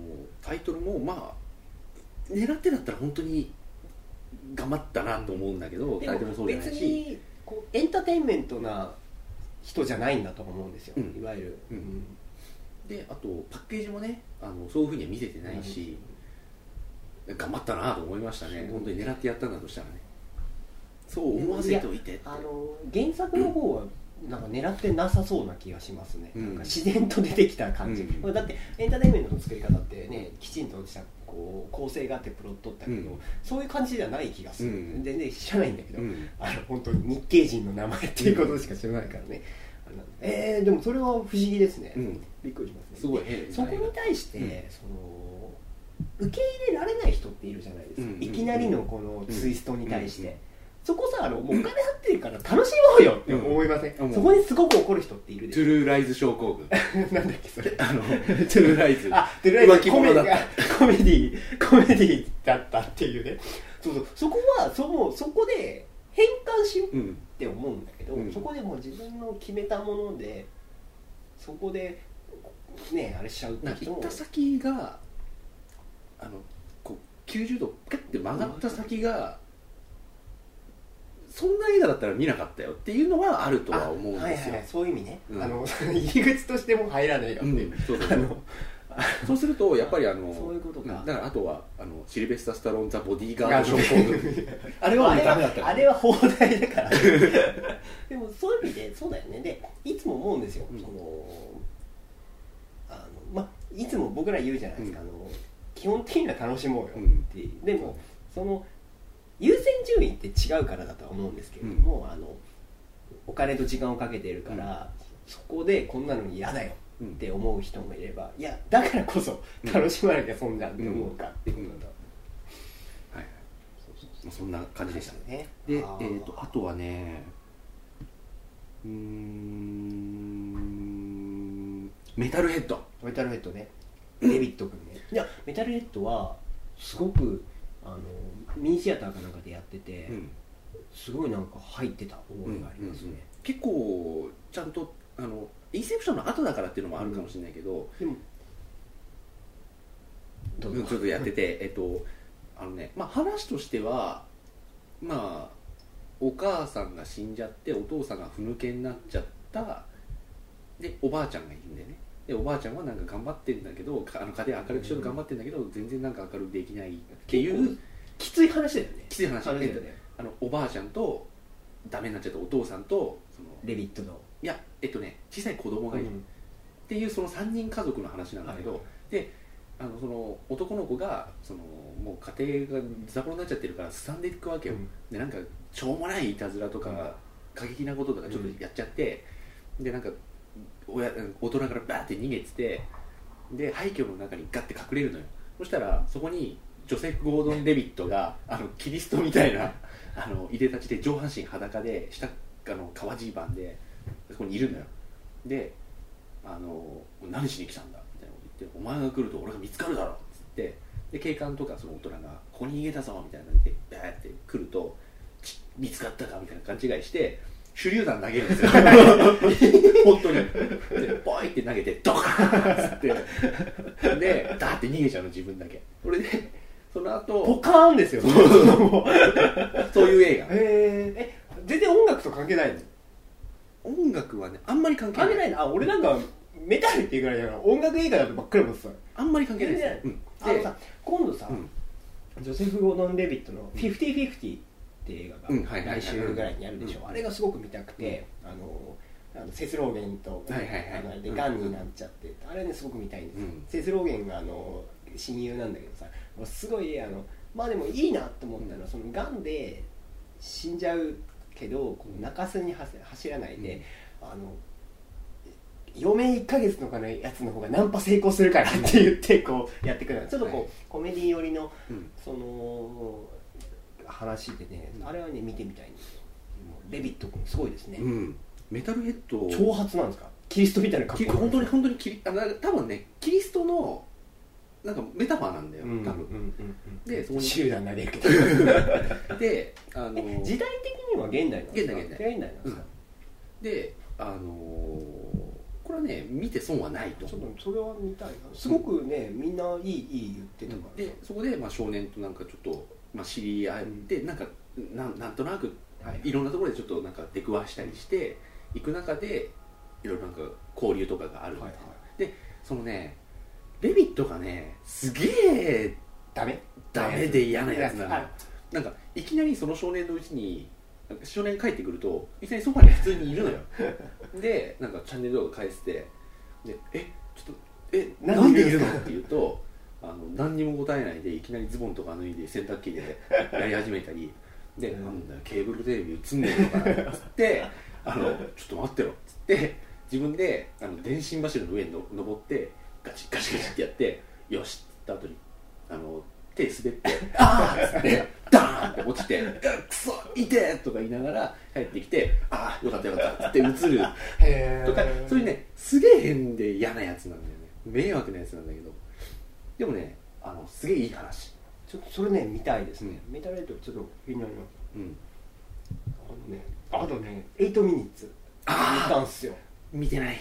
Speaker 1: タイトルもまあ狙ってだったら本当に頑張ったなと思うんだけどタイト
Speaker 2: で
Speaker 1: ルも
Speaker 2: も
Speaker 1: そうじゃな
Speaker 2: 別
Speaker 1: いし
Speaker 2: にこうエンターテインメントな人じゃないんだと思うんですよ、
Speaker 1: うん
Speaker 2: いわゆる、
Speaker 1: うんであとパッケージもねあのそういうふうには見せてないし頑張ったなと思いましたね
Speaker 2: うん
Speaker 1: 本当に狙ってやったんだとしたらねそう思わせておいてって
Speaker 2: あの原作の方はなんか狙ってなさそうな気がしますね、
Speaker 1: うん
Speaker 2: なんか自然と出てきた感じ、
Speaker 1: う
Speaker 2: だってエンターテインメントの作り方ってねきちんとしたこう構成があってプロットだけど、
Speaker 1: うん
Speaker 2: そういう感じじゃない気がする、
Speaker 1: うん
Speaker 2: 全然知らないんだけど、
Speaker 1: うん
Speaker 2: あの本当に日系人の名前っていうことしか知らないからね、あれなんだえー、でもそれは不思議ですね、
Speaker 1: うん
Speaker 2: びっくりしますね
Speaker 1: すごい変
Speaker 2: そこに対して、
Speaker 1: うん
Speaker 2: その受け入れられない人っているじゃないですか、
Speaker 1: うんうんうん
Speaker 2: いきなりのこのツイストに対して、
Speaker 1: うんうんうん
Speaker 2: そこさあのもうお金払ってるから楽しもうよって思いません、
Speaker 1: うんうん
Speaker 2: そこにすごく怒る人っているで
Speaker 1: トゥ
Speaker 2: し
Speaker 1: ルーライズ症候群
Speaker 2: ょ [LAUGHS] なんだっけそ [LAUGHS] れ
Speaker 1: [LAUGHS] あのトゥルーライズ
Speaker 2: あとりあえず
Speaker 1: 浮気者だった
Speaker 2: コメディコメディコメディだったっていうねそうそうそこはそのそこで変換しよう
Speaker 1: うん
Speaker 2: って思うんだけど、
Speaker 1: うん
Speaker 2: そこでもう自分の決めたものでそこでねあれしちゃうって
Speaker 1: なんか
Speaker 2: 人
Speaker 1: 行
Speaker 2: も
Speaker 1: った先があのこう90度ピャッて曲がった先がそんな映画だったら見なかったよっていうのはあるとは思うんですよ
Speaker 2: あはいはいはい、そういう意味ね、
Speaker 1: うん
Speaker 2: あの [LAUGHS] 入り口としても入らないよっ
Speaker 1: う
Speaker 2: ていう、
Speaker 1: んそうそう
Speaker 2: あの
Speaker 1: [LAUGHS] そうするとやっぱりあの
Speaker 2: そういうことか
Speaker 1: んだからあとはあのシルベスタ・スタローン・ザ・ボディーガード症候群あ
Speaker 2: あ
Speaker 1: れは俺ダメだった
Speaker 2: あれは放題だか
Speaker 1: [LAUGHS]
Speaker 2: らでもそういう意味でそうだよねでいつも思うんですよ、
Speaker 1: うん
Speaker 2: そのあのまいつも僕ら言うじゃないですか、
Speaker 1: うん
Speaker 2: あの基本的には楽しもうよ
Speaker 1: う
Speaker 2: っ
Speaker 1: ん
Speaker 2: て、でもその優先順位って違うからだとは思うんですけれども、あのお金と時間をかけてるから、そこでこんなの嫌だよ
Speaker 1: う
Speaker 2: っ
Speaker 1: ん
Speaker 2: て思う人もいればいやだからこそ楽しまなきゃ損じゃんって思うかっていうことだと、
Speaker 1: はいはいまあそんな感じでしたね
Speaker 2: ね
Speaker 1: でえ
Speaker 2: あー
Speaker 1: ー、とあとはねうーんメタルヘッド
Speaker 2: メタルヘッドねデビット君ねいやメタルヘッドはすごくあのミニシアターかなんかでやってて、
Speaker 1: うん
Speaker 2: すごいなんか入ってた覚えがありますね、
Speaker 1: うんうんうん結構ちゃんとあのインセプションの後だからっていうのもあるかもしれないけど、
Speaker 2: でもど
Speaker 1: うんちょっとやってて [LAUGHS] えっとあのねまあ話としてはまあお母さんが死んじゃってお父さんがふぬけになっちゃったでおばあちゃんがいるんだよねでおばあちゃんはなんか頑張ってんだけどかあの家庭明るくしようと頑張ってんだけど全然なんか明るくできないっていう
Speaker 2: きつい話だよね
Speaker 1: きつい話
Speaker 2: あれだ
Speaker 1: えっ
Speaker 2: よ
Speaker 1: と
Speaker 2: ね
Speaker 1: あのおばあちゃんとダメになっちゃったお父さんとその
Speaker 2: デビットの、
Speaker 1: いやえっとね小さい子供がいる
Speaker 2: うん
Speaker 1: っていうその3人家族の話なんだけど、
Speaker 2: はい
Speaker 1: であのその男の子がそのもう家庭がザコロになっちゃってるからすさんでいくわけよ、
Speaker 2: うん
Speaker 1: でなんかしょうもないいたずらとか、
Speaker 2: うん
Speaker 1: 過激なこととかちょっとやっちゃって、でなんか親大人からバーって逃げててで廃墟の中にガッて隠れるのよそしたらそこにジョセフ・ゴードン・デビットがあのキリストみたいなあのいでたちで上半身裸で下あの革ジーパンでそこにいるのよであの「何しに来たんだ」みたいなこと言って「お前が来ると俺が見つかるだろ」っつってで警官とかその大人が「ここに逃げたぞ」みたいな感じでバーって来るとち「見つかったか」みたいな勘違いして手榴弾投げるんですよ [LAUGHS] 本当にでポイって投げてドカーンっつってでダーって逃げちゃうの自分だけそれでその
Speaker 2: ポ
Speaker 1: 後
Speaker 2: カーンで
Speaker 1: [LAUGHS]
Speaker 2: すよ。
Speaker 1: そういう映画
Speaker 2: えー、え、全然音楽と関係ないの
Speaker 1: 音楽はねあんまり関係
Speaker 2: 関係
Speaker 1: ない
Speaker 2: ないのあ、俺なんか、メタルっていうぐらいだから、音楽映画だとばっかり思ってた。
Speaker 1: あんまり関係ないですね、う
Speaker 2: 全
Speaker 1: ん、
Speaker 2: あの
Speaker 1: で
Speaker 2: さ、今度さ、
Speaker 1: うん
Speaker 2: ジョセフ・ゴードン・レビットの「フィフティ・フィフティ」っていう
Speaker 1: うん
Speaker 2: 映
Speaker 1: はいは
Speaker 2: 画
Speaker 1: いは
Speaker 2: が
Speaker 1: い
Speaker 2: 来週ぐらいにやるでしょ、
Speaker 1: うん
Speaker 2: あれがすごく見たくて、あのあのセスローゲンと、
Speaker 1: はいはいはい
Speaker 2: あのあれで
Speaker 1: うん
Speaker 2: がんになっちゃって、あれねすごく見たいんですよ、
Speaker 1: うん
Speaker 2: セスローゲンがあの親友なんだけどさもうすごいあのまあでもいいなと思ったのはそのがんで死んじゃうけどこう泣かせにはせ走らないで、あの余命1ヶ月とかのやつの方がナンパ成功するからって言ってこうやってくるのちょっとこう、
Speaker 1: はい
Speaker 2: コメディ寄りの
Speaker 1: うん
Speaker 2: その話でね、
Speaker 1: うん
Speaker 2: あれはね見てみたいんですよもうレビット君すごいですね、
Speaker 1: うん、メタルヘッド
Speaker 2: 挑発なんですかキリストみたいな格
Speaker 1: き
Speaker 2: 好なん
Speaker 1: 本当
Speaker 2: ですか
Speaker 1: に本当にキリあの多分ねキリストのなんかメタファーなんだよ、
Speaker 2: うんうん
Speaker 1: 多
Speaker 2: うん
Speaker 1: 分
Speaker 2: うん
Speaker 1: でそこに
Speaker 2: 集団投げるけど
Speaker 1: であの
Speaker 2: え時代的には現代なんですか
Speaker 1: 現代現
Speaker 2: 代なんですか、
Speaker 1: であのーこれはね見て損はないと
Speaker 2: ち
Speaker 1: 思
Speaker 2: ょ
Speaker 1: う
Speaker 2: っとそれは見たいなすごくねみんないいいい言ってたから
Speaker 1: でそこで、まあ、少年となんかちょっと、まあ、知り合って、なんかなんなんとなく
Speaker 2: はい
Speaker 1: いろんなところでちょっとなんか出くわしたりしていく中でいろいろなんか交流とかがあるみたいな、
Speaker 2: はいはい
Speaker 1: そのねレビットがねすげえ
Speaker 2: ダメ
Speaker 1: ダメで嫌なやつなの
Speaker 2: あ
Speaker 1: なんかいきなりその少年のうちになんか少年帰ってくるといきなりソファに普通にいるのよでなんかチャンネル動画返しててで「えちょっとえ
Speaker 2: な
Speaker 1: なんん
Speaker 2: で
Speaker 1: で
Speaker 2: い
Speaker 1: い
Speaker 2: る
Speaker 1: る
Speaker 2: の
Speaker 1: の?」って言うとあの何にも答えないでいきなりズボンとか脱いで洗濯機でやり始めたりで「
Speaker 2: うん
Speaker 1: なんだよケーブルテレビ映んねえのかな」っつっ
Speaker 2: [LAUGHS]
Speaker 1: て「あのちょっと待ってろ」っつって自分であの電信柱の上にの登ってガチガチガチってやって「よし」って言った後にあの手滑って「ああ!」っつってダーンって落ちて「うっくそ痛え!」とか言いながら帰ってきて「ああよかったよかった」っつって映る
Speaker 2: へえ
Speaker 1: とかそういうねすげえ変で嫌なやつなんだよね迷惑なやつなんだけどでもねあのすげえいい話
Speaker 2: ちょっとそれね見たいですね、メタレートちょっと気になります
Speaker 1: うん
Speaker 2: あのねあとね8ミニッツ見
Speaker 1: ああ
Speaker 2: たんすよ
Speaker 1: 見てない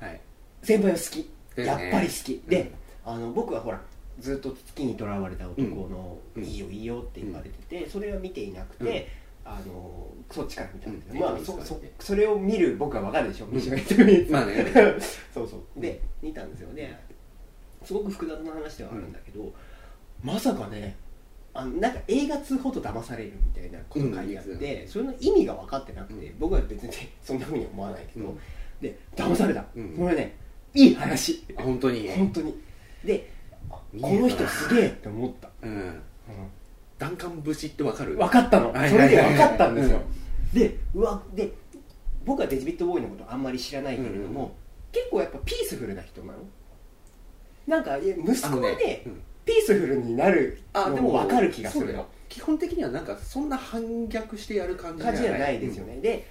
Speaker 1: はい
Speaker 2: 先輩は好き、
Speaker 1: です
Speaker 2: やっ
Speaker 1: ね
Speaker 2: ぱり好きで、あの僕はほらずっと月にとらわれた男の、
Speaker 1: うん
Speaker 2: いいよいいよって言われてて、それは見ていなくて、あのそっちから見たんですけど、
Speaker 1: うん
Speaker 2: まあそ
Speaker 1: 見て
Speaker 2: そ
Speaker 1: みて
Speaker 2: それを見る僕は分かるでしょ、
Speaker 1: ん
Speaker 2: 見しめてみる
Speaker 1: まあね
Speaker 2: [LAUGHS] そうそうで見たんですよねすごく複雑な話ではあるんだけど、まさかねあのなんか映画通報と騙されるみたいなことが書いてあっ
Speaker 1: うん
Speaker 2: て、それの意味が分かってなくて、
Speaker 1: うん
Speaker 2: 僕は別にそんなふうには思わないけど、
Speaker 1: うん
Speaker 2: で騙された、
Speaker 1: うん
Speaker 2: これねいい話
Speaker 1: あ本当に
Speaker 2: 本当にであ
Speaker 1: 見
Speaker 2: こ
Speaker 1: えたな
Speaker 2: の人すげえって思った、
Speaker 1: うん弾丸節ってわかる
Speaker 2: 分かったの、
Speaker 1: はい
Speaker 2: それで分かったんですよ、
Speaker 1: はいは
Speaker 2: でうわで僕はデジビット・ボーイのことあんまり知らないけれども、
Speaker 1: うん
Speaker 2: 結構やっぱピースフルな人なのなんかいや息
Speaker 1: あ
Speaker 2: 子
Speaker 1: の
Speaker 2: はね
Speaker 1: ねうん
Speaker 2: ピースフルになる
Speaker 1: あ
Speaker 2: の
Speaker 1: で
Speaker 2: も
Speaker 1: も
Speaker 2: 分かる気がす
Speaker 1: そう
Speaker 2: る
Speaker 1: だよ基本的にはなんかそんな反逆してやる感じ
Speaker 2: 感じじゃないですよね、で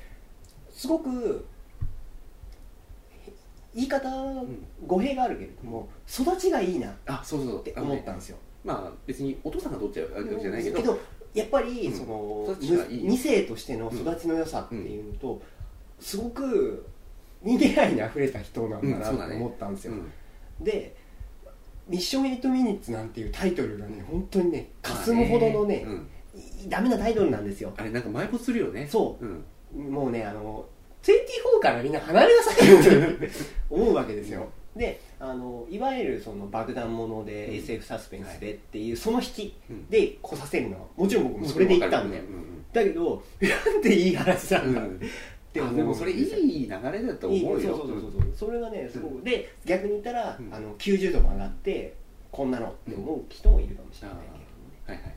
Speaker 2: すごくへ言い方
Speaker 1: ん
Speaker 2: 語弊があるけれども育ちがいいなっ
Speaker 1: うんあそうそうそう
Speaker 2: て
Speaker 1: あのね
Speaker 2: 思ったんですよ
Speaker 1: まあ別にお父さんがどっちやるわけじゃないけど
Speaker 2: やっぱり
Speaker 1: うん
Speaker 2: その、
Speaker 1: 育ちがいい
Speaker 2: 2世としての育ちの良さっていうのと、すごく人間愛にあふれた人なんだな
Speaker 1: うんそうだ
Speaker 2: と
Speaker 1: ね
Speaker 2: 思ったんです
Speaker 1: う
Speaker 2: よ、
Speaker 1: ん
Speaker 2: で「ミッション8ミニッツ」なんていうタイトルがね本当にねかすむほどのね、
Speaker 1: うん
Speaker 2: いダメなタイトルなんですよ
Speaker 1: あれなんか埋没するよね
Speaker 2: そ
Speaker 1: うん
Speaker 2: うもうねあの24からみんな離れなさいよって
Speaker 1: [LAUGHS]
Speaker 2: 思うわけですよであのいわゆるその爆弾もので、
Speaker 1: うん
Speaker 2: SF サスペンスでっていうその引き
Speaker 1: うん
Speaker 2: で来させるのはもちろん僕もそれで行ったんだよ、
Speaker 1: うん
Speaker 2: だけどなんていい話なん
Speaker 1: う
Speaker 2: だっ
Speaker 1: ん
Speaker 2: て
Speaker 1: あ
Speaker 2: 思う
Speaker 1: でもそれい
Speaker 2: い
Speaker 1: い
Speaker 2: い
Speaker 1: 流れだと思うよ
Speaker 2: そうそうそうそうそれがねすごくで逆に言ったら、
Speaker 1: うん
Speaker 2: あの90度も上がってこんなのって思う人もいるかもしれないけ
Speaker 1: はいはい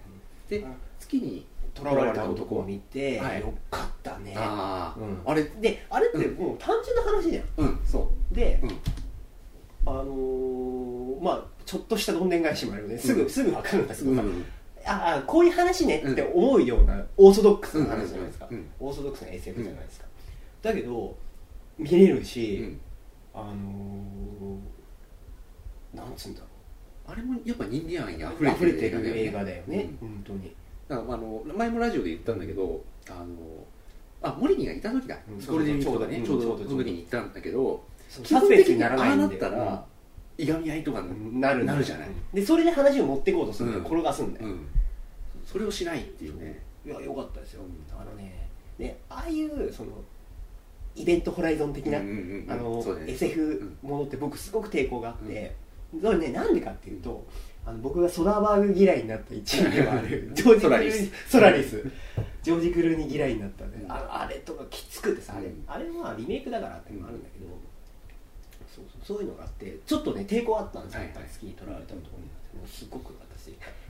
Speaker 2: どね
Speaker 1: で
Speaker 2: あ
Speaker 1: 月に
Speaker 2: 囚われた男を見て、
Speaker 1: はい
Speaker 2: よかったね
Speaker 1: ああ、
Speaker 2: うん
Speaker 1: あれ
Speaker 2: であれってもう単純な話じゃん
Speaker 1: うんそ
Speaker 2: で、
Speaker 1: うん
Speaker 2: あのーまあちょっとしたどんでん返しもあるよねすぐ、
Speaker 1: うん
Speaker 2: すぐ分かるんだけ
Speaker 1: う、
Speaker 2: どさ、
Speaker 1: ん、
Speaker 2: ああこういう話ねって思うようなオーソドックスな話じゃないですか、
Speaker 1: うんうん
Speaker 2: オーソドックスな SF じゃないですか、だけど見れる
Speaker 1: う
Speaker 2: し、
Speaker 1: ん、
Speaker 2: あのー、なんつうんだろ
Speaker 1: あれもやっぱ人間愛にあふ
Speaker 2: う
Speaker 1: れ
Speaker 2: 溢
Speaker 1: て
Speaker 2: れ
Speaker 1: る
Speaker 2: てる映
Speaker 1: 映画
Speaker 2: 画
Speaker 1: だよね
Speaker 2: だよね、
Speaker 1: うん
Speaker 2: 本当に
Speaker 1: だからあの前もラジオで言ったんだけどあのあモリニーがいた時だ、
Speaker 2: うん
Speaker 1: ゴールデンウィークとかね
Speaker 2: そう
Speaker 1: ちょ
Speaker 2: そう
Speaker 1: う
Speaker 2: ち
Speaker 1: ど
Speaker 2: ょうど
Speaker 1: その時に行ったんだけど基
Speaker 2: サ
Speaker 1: 本
Speaker 2: スペン
Speaker 1: 的
Speaker 2: スに
Speaker 1: に
Speaker 2: な
Speaker 1: あ
Speaker 2: ら
Speaker 1: あ
Speaker 2: ないん
Speaker 1: なっ
Speaker 2: だよ
Speaker 1: たら、いがみ合いとかになる
Speaker 2: な
Speaker 1: な
Speaker 2: るんだよ
Speaker 1: るじゃない
Speaker 2: でそれで話を持っていこうとするんだよ、
Speaker 1: うん
Speaker 2: 転がすんだよ、
Speaker 1: うん、それをしないっていうね
Speaker 2: いや良かったですよ、
Speaker 1: うん
Speaker 2: あのねねああいうそのイベントホライゾン的な、
Speaker 1: うんうんうん
Speaker 2: あの
Speaker 1: そうだね
Speaker 2: SF ものって僕すごく抵抗があって、それねなんでかっていうとあの僕がソダーバーグ嫌いになった一因ではあるジョージ・ク
Speaker 1: ソ
Speaker 2: ル
Speaker 1: ラリ
Speaker 2: ーニ
Speaker 1: ス
Speaker 2: ソラリスジョージ・クルーニ嫌いになったね、あのあれとかきつくてさあれ,、
Speaker 1: うん
Speaker 2: あれはリメイクだからってのもあるんだけど、そうそうそういうのがあってちょっとね抵抗あったんですよ、
Speaker 1: はい
Speaker 2: やっぱり好きに取られた男になってもうすごく私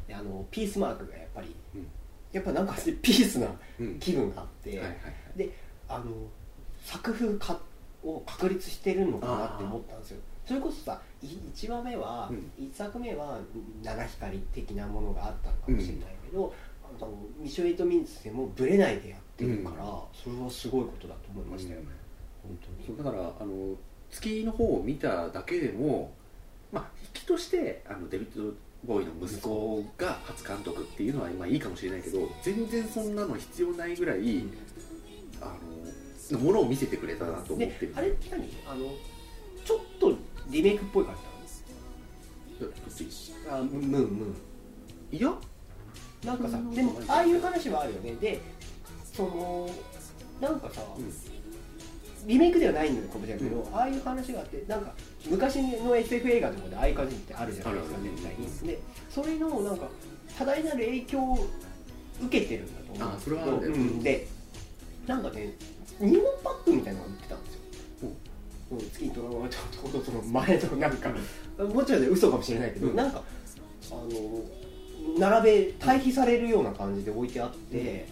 Speaker 2: であのピースマークがやっぱり、
Speaker 1: うん
Speaker 2: やっぱなんかピースな
Speaker 1: うん
Speaker 2: 気分があって、
Speaker 1: はいはい
Speaker 2: であの作風かを確立してるのかなって思ったんですよそれこそさ1話目は、
Speaker 1: うん
Speaker 2: 一作目は七光的なものがあったのかもしれないけど、あのミショエイト・ミンツでもブレないでやってるから、
Speaker 1: う
Speaker 2: それはすごいことだと思いましたよ、
Speaker 1: うん
Speaker 2: 本当に
Speaker 1: そうだからあの月の方を見ただけでもまあ引きとしてあのデビッド・ボーイの息子が初監督っていうのはまあいいかもしれないけど全然そんなの必要ないぐらい、あののものを見せてくれたなと思っ
Speaker 2: で
Speaker 1: てる
Speaker 2: あれって何あのちょっとリメイクっぽい感じなのあムムーンムーン
Speaker 1: いや
Speaker 2: なんかさ
Speaker 1: そんなこと
Speaker 2: で
Speaker 1: な
Speaker 2: も
Speaker 1: い
Speaker 2: ああいう話はあるよねでそのなんかさ、
Speaker 1: うん
Speaker 2: リメイクではないのかもしれないけど、ああいう話があってなんか昔の SF 映画とかでああいう感じってあるじゃないですか
Speaker 1: あるある
Speaker 2: 絶対にでそれのなんか多大なる影響を受けてるんだと思うんですけど
Speaker 1: あそれはあるね
Speaker 2: うんでなんかね2本パックみたいなのが売ってたんですようん月にとらわれた男との前のなんかもちろんね嘘かもしれないけど、
Speaker 1: うん
Speaker 2: なんかあの並べ対比されるような感じで置いてあって、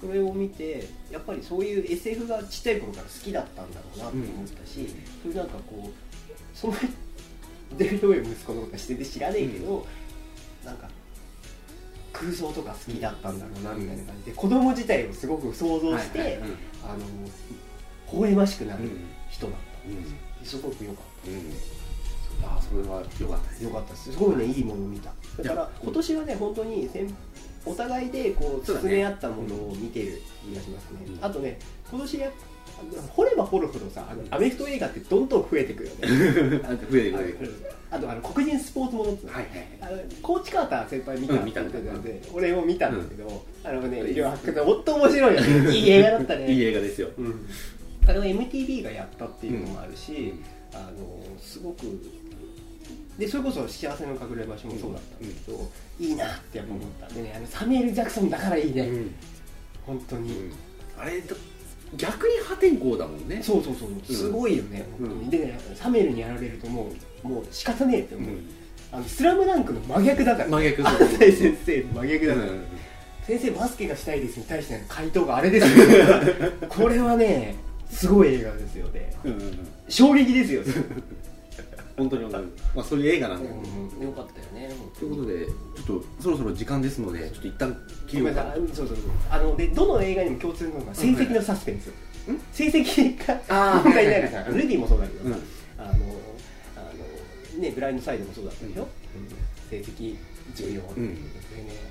Speaker 2: それを見てやっぱりそういう SF がちっちゃい頃から好きだったんだろうなって思ったし、そういうなんかこうそのデビッド・ウェイの息子のことは全然知らねえけど、なんか空想とか好きだったんだろうなみたいな感じで、子供自体をすごく想像して、
Speaker 1: はいはい
Speaker 2: あの微笑ましくな
Speaker 1: うん
Speaker 2: る人だった、
Speaker 1: うんうん
Speaker 2: すごく良かっ
Speaker 1: うんああそれは良かったで
Speaker 2: [LAUGHS] た
Speaker 1: す
Speaker 2: 良かったですすごいねいいもの見ただか
Speaker 1: い
Speaker 2: ら
Speaker 1: や
Speaker 2: 今年はね本当に先お互いでこう
Speaker 1: そうだ
Speaker 2: 進
Speaker 1: ね
Speaker 2: め合ったものを見てる気がしますね
Speaker 1: うん
Speaker 2: あとね今年やっぱ掘れば掘るほどさあのアメフト映画ってどんどん増えてくよね
Speaker 1: あ増えて
Speaker 2: あ
Speaker 1: 増
Speaker 2: の
Speaker 1: えて
Speaker 2: あとあの黒人スポーツものって
Speaker 1: はいはい
Speaker 2: あのコーチカーター先輩見たって言ってたんで、俺も見たんだけど、あのね、
Speaker 1: うん
Speaker 2: いろいろ発掘本当面白いよね、いい映画だったね。
Speaker 1: いい映画ですよ
Speaker 2: うん、あの MTV がやったっていうのもあるし、あのすごくでそれこそ「幸せの隠れ場所」もそうだったんだけど、いいなってやっぱ思ったんでねあのサミュエル・ジャクソンだからいいね、
Speaker 1: うん
Speaker 2: 本当
Speaker 1: う
Speaker 2: に、
Speaker 1: んあれだ逆に破天荒だもんね
Speaker 2: そうそうそうすごいよね、
Speaker 1: うん
Speaker 2: 本当にでねサミュエルにやられるともうもう仕方ねえって
Speaker 1: う
Speaker 2: 思う、
Speaker 1: ん
Speaker 2: あのスラムダンクの真逆だから
Speaker 1: 真逆
Speaker 2: 安西先生の真逆だ
Speaker 1: う
Speaker 2: から、
Speaker 1: ん
Speaker 2: 先生バスケがしたいですに対しての回答があれです
Speaker 1: [LAUGHS]
Speaker 2: よこれはねすごい映画ですよね
Speaker 1: うんうん
Speaker 2: 衝撃ですよ、
Speaker 1: 本当に分かる、まあ、そういう映画なんだけど、
Speaker 2: うん、よかったよね本当
Speaker 1: とい
Speaker 2: に
Speaker 1: うことでちょっとそろそろ時間ですのでちょっと一旦切
Speaker 2: ご
Speaker 1: り
Speaker 2: め
Speaker 1: ま
Speaker 2: ん
Speaker 1: し
Speaker 2: な
Speaker 1: ょ
Speaker 2: さいあそうそうそうあのでどの映画にも共通なのが成績のサスペンス、
Speaker 1: うん
Speaker 2: 成績が
Speaker 1: あー
Speaker 2: 問題になるじゃんルビーもそうだけど
Speaker 1: う
Speaker 2: さ、
Speaker 1: ん
Speaker 2: あのあのねブラインドサイドもそうだったでしょ、うん成績重要、
Speaker 1: うん
Speaker 2: でね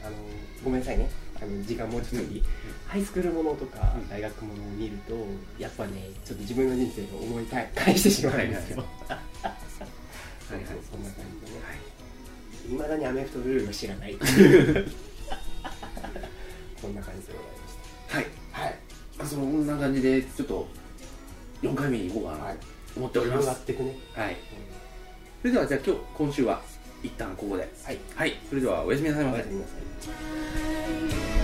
Speaker 2: あのごめんなさいねあの時間もうちょっといい、ハイスクールものとか
Speaker 1: うん
Speaker 2: 大学ものを見るとやっぱねちょっと自分の人生を思い返してしまうんですよ、
Speaker 1: はいはい
Speaker 2: そうそうそんな感じ
Speaker 1: はい
Speaker 2: でねいまだにアメフトルールを知ら
Speaker 1: [LAUGHS]
Speaker 2: ないそんな感じでございまし
Speaker 1: はい
Speaker 2: たはい
Speaker 1: まあそんな感じでちょっと4回目に行こうかなと思っております、
Speaker 2: 広が
Speaker 1: は
Speaker 2: っていくね、
Speaker 1: いそれではじゃあ今日今週は一旦ここで
Speaker 2: はい
Speaker 1: はいそれではおやすみなさいま
Speaker 2: お
Speaker 1: せ
Speaker 2: やすみなさい
Speaker 4: Time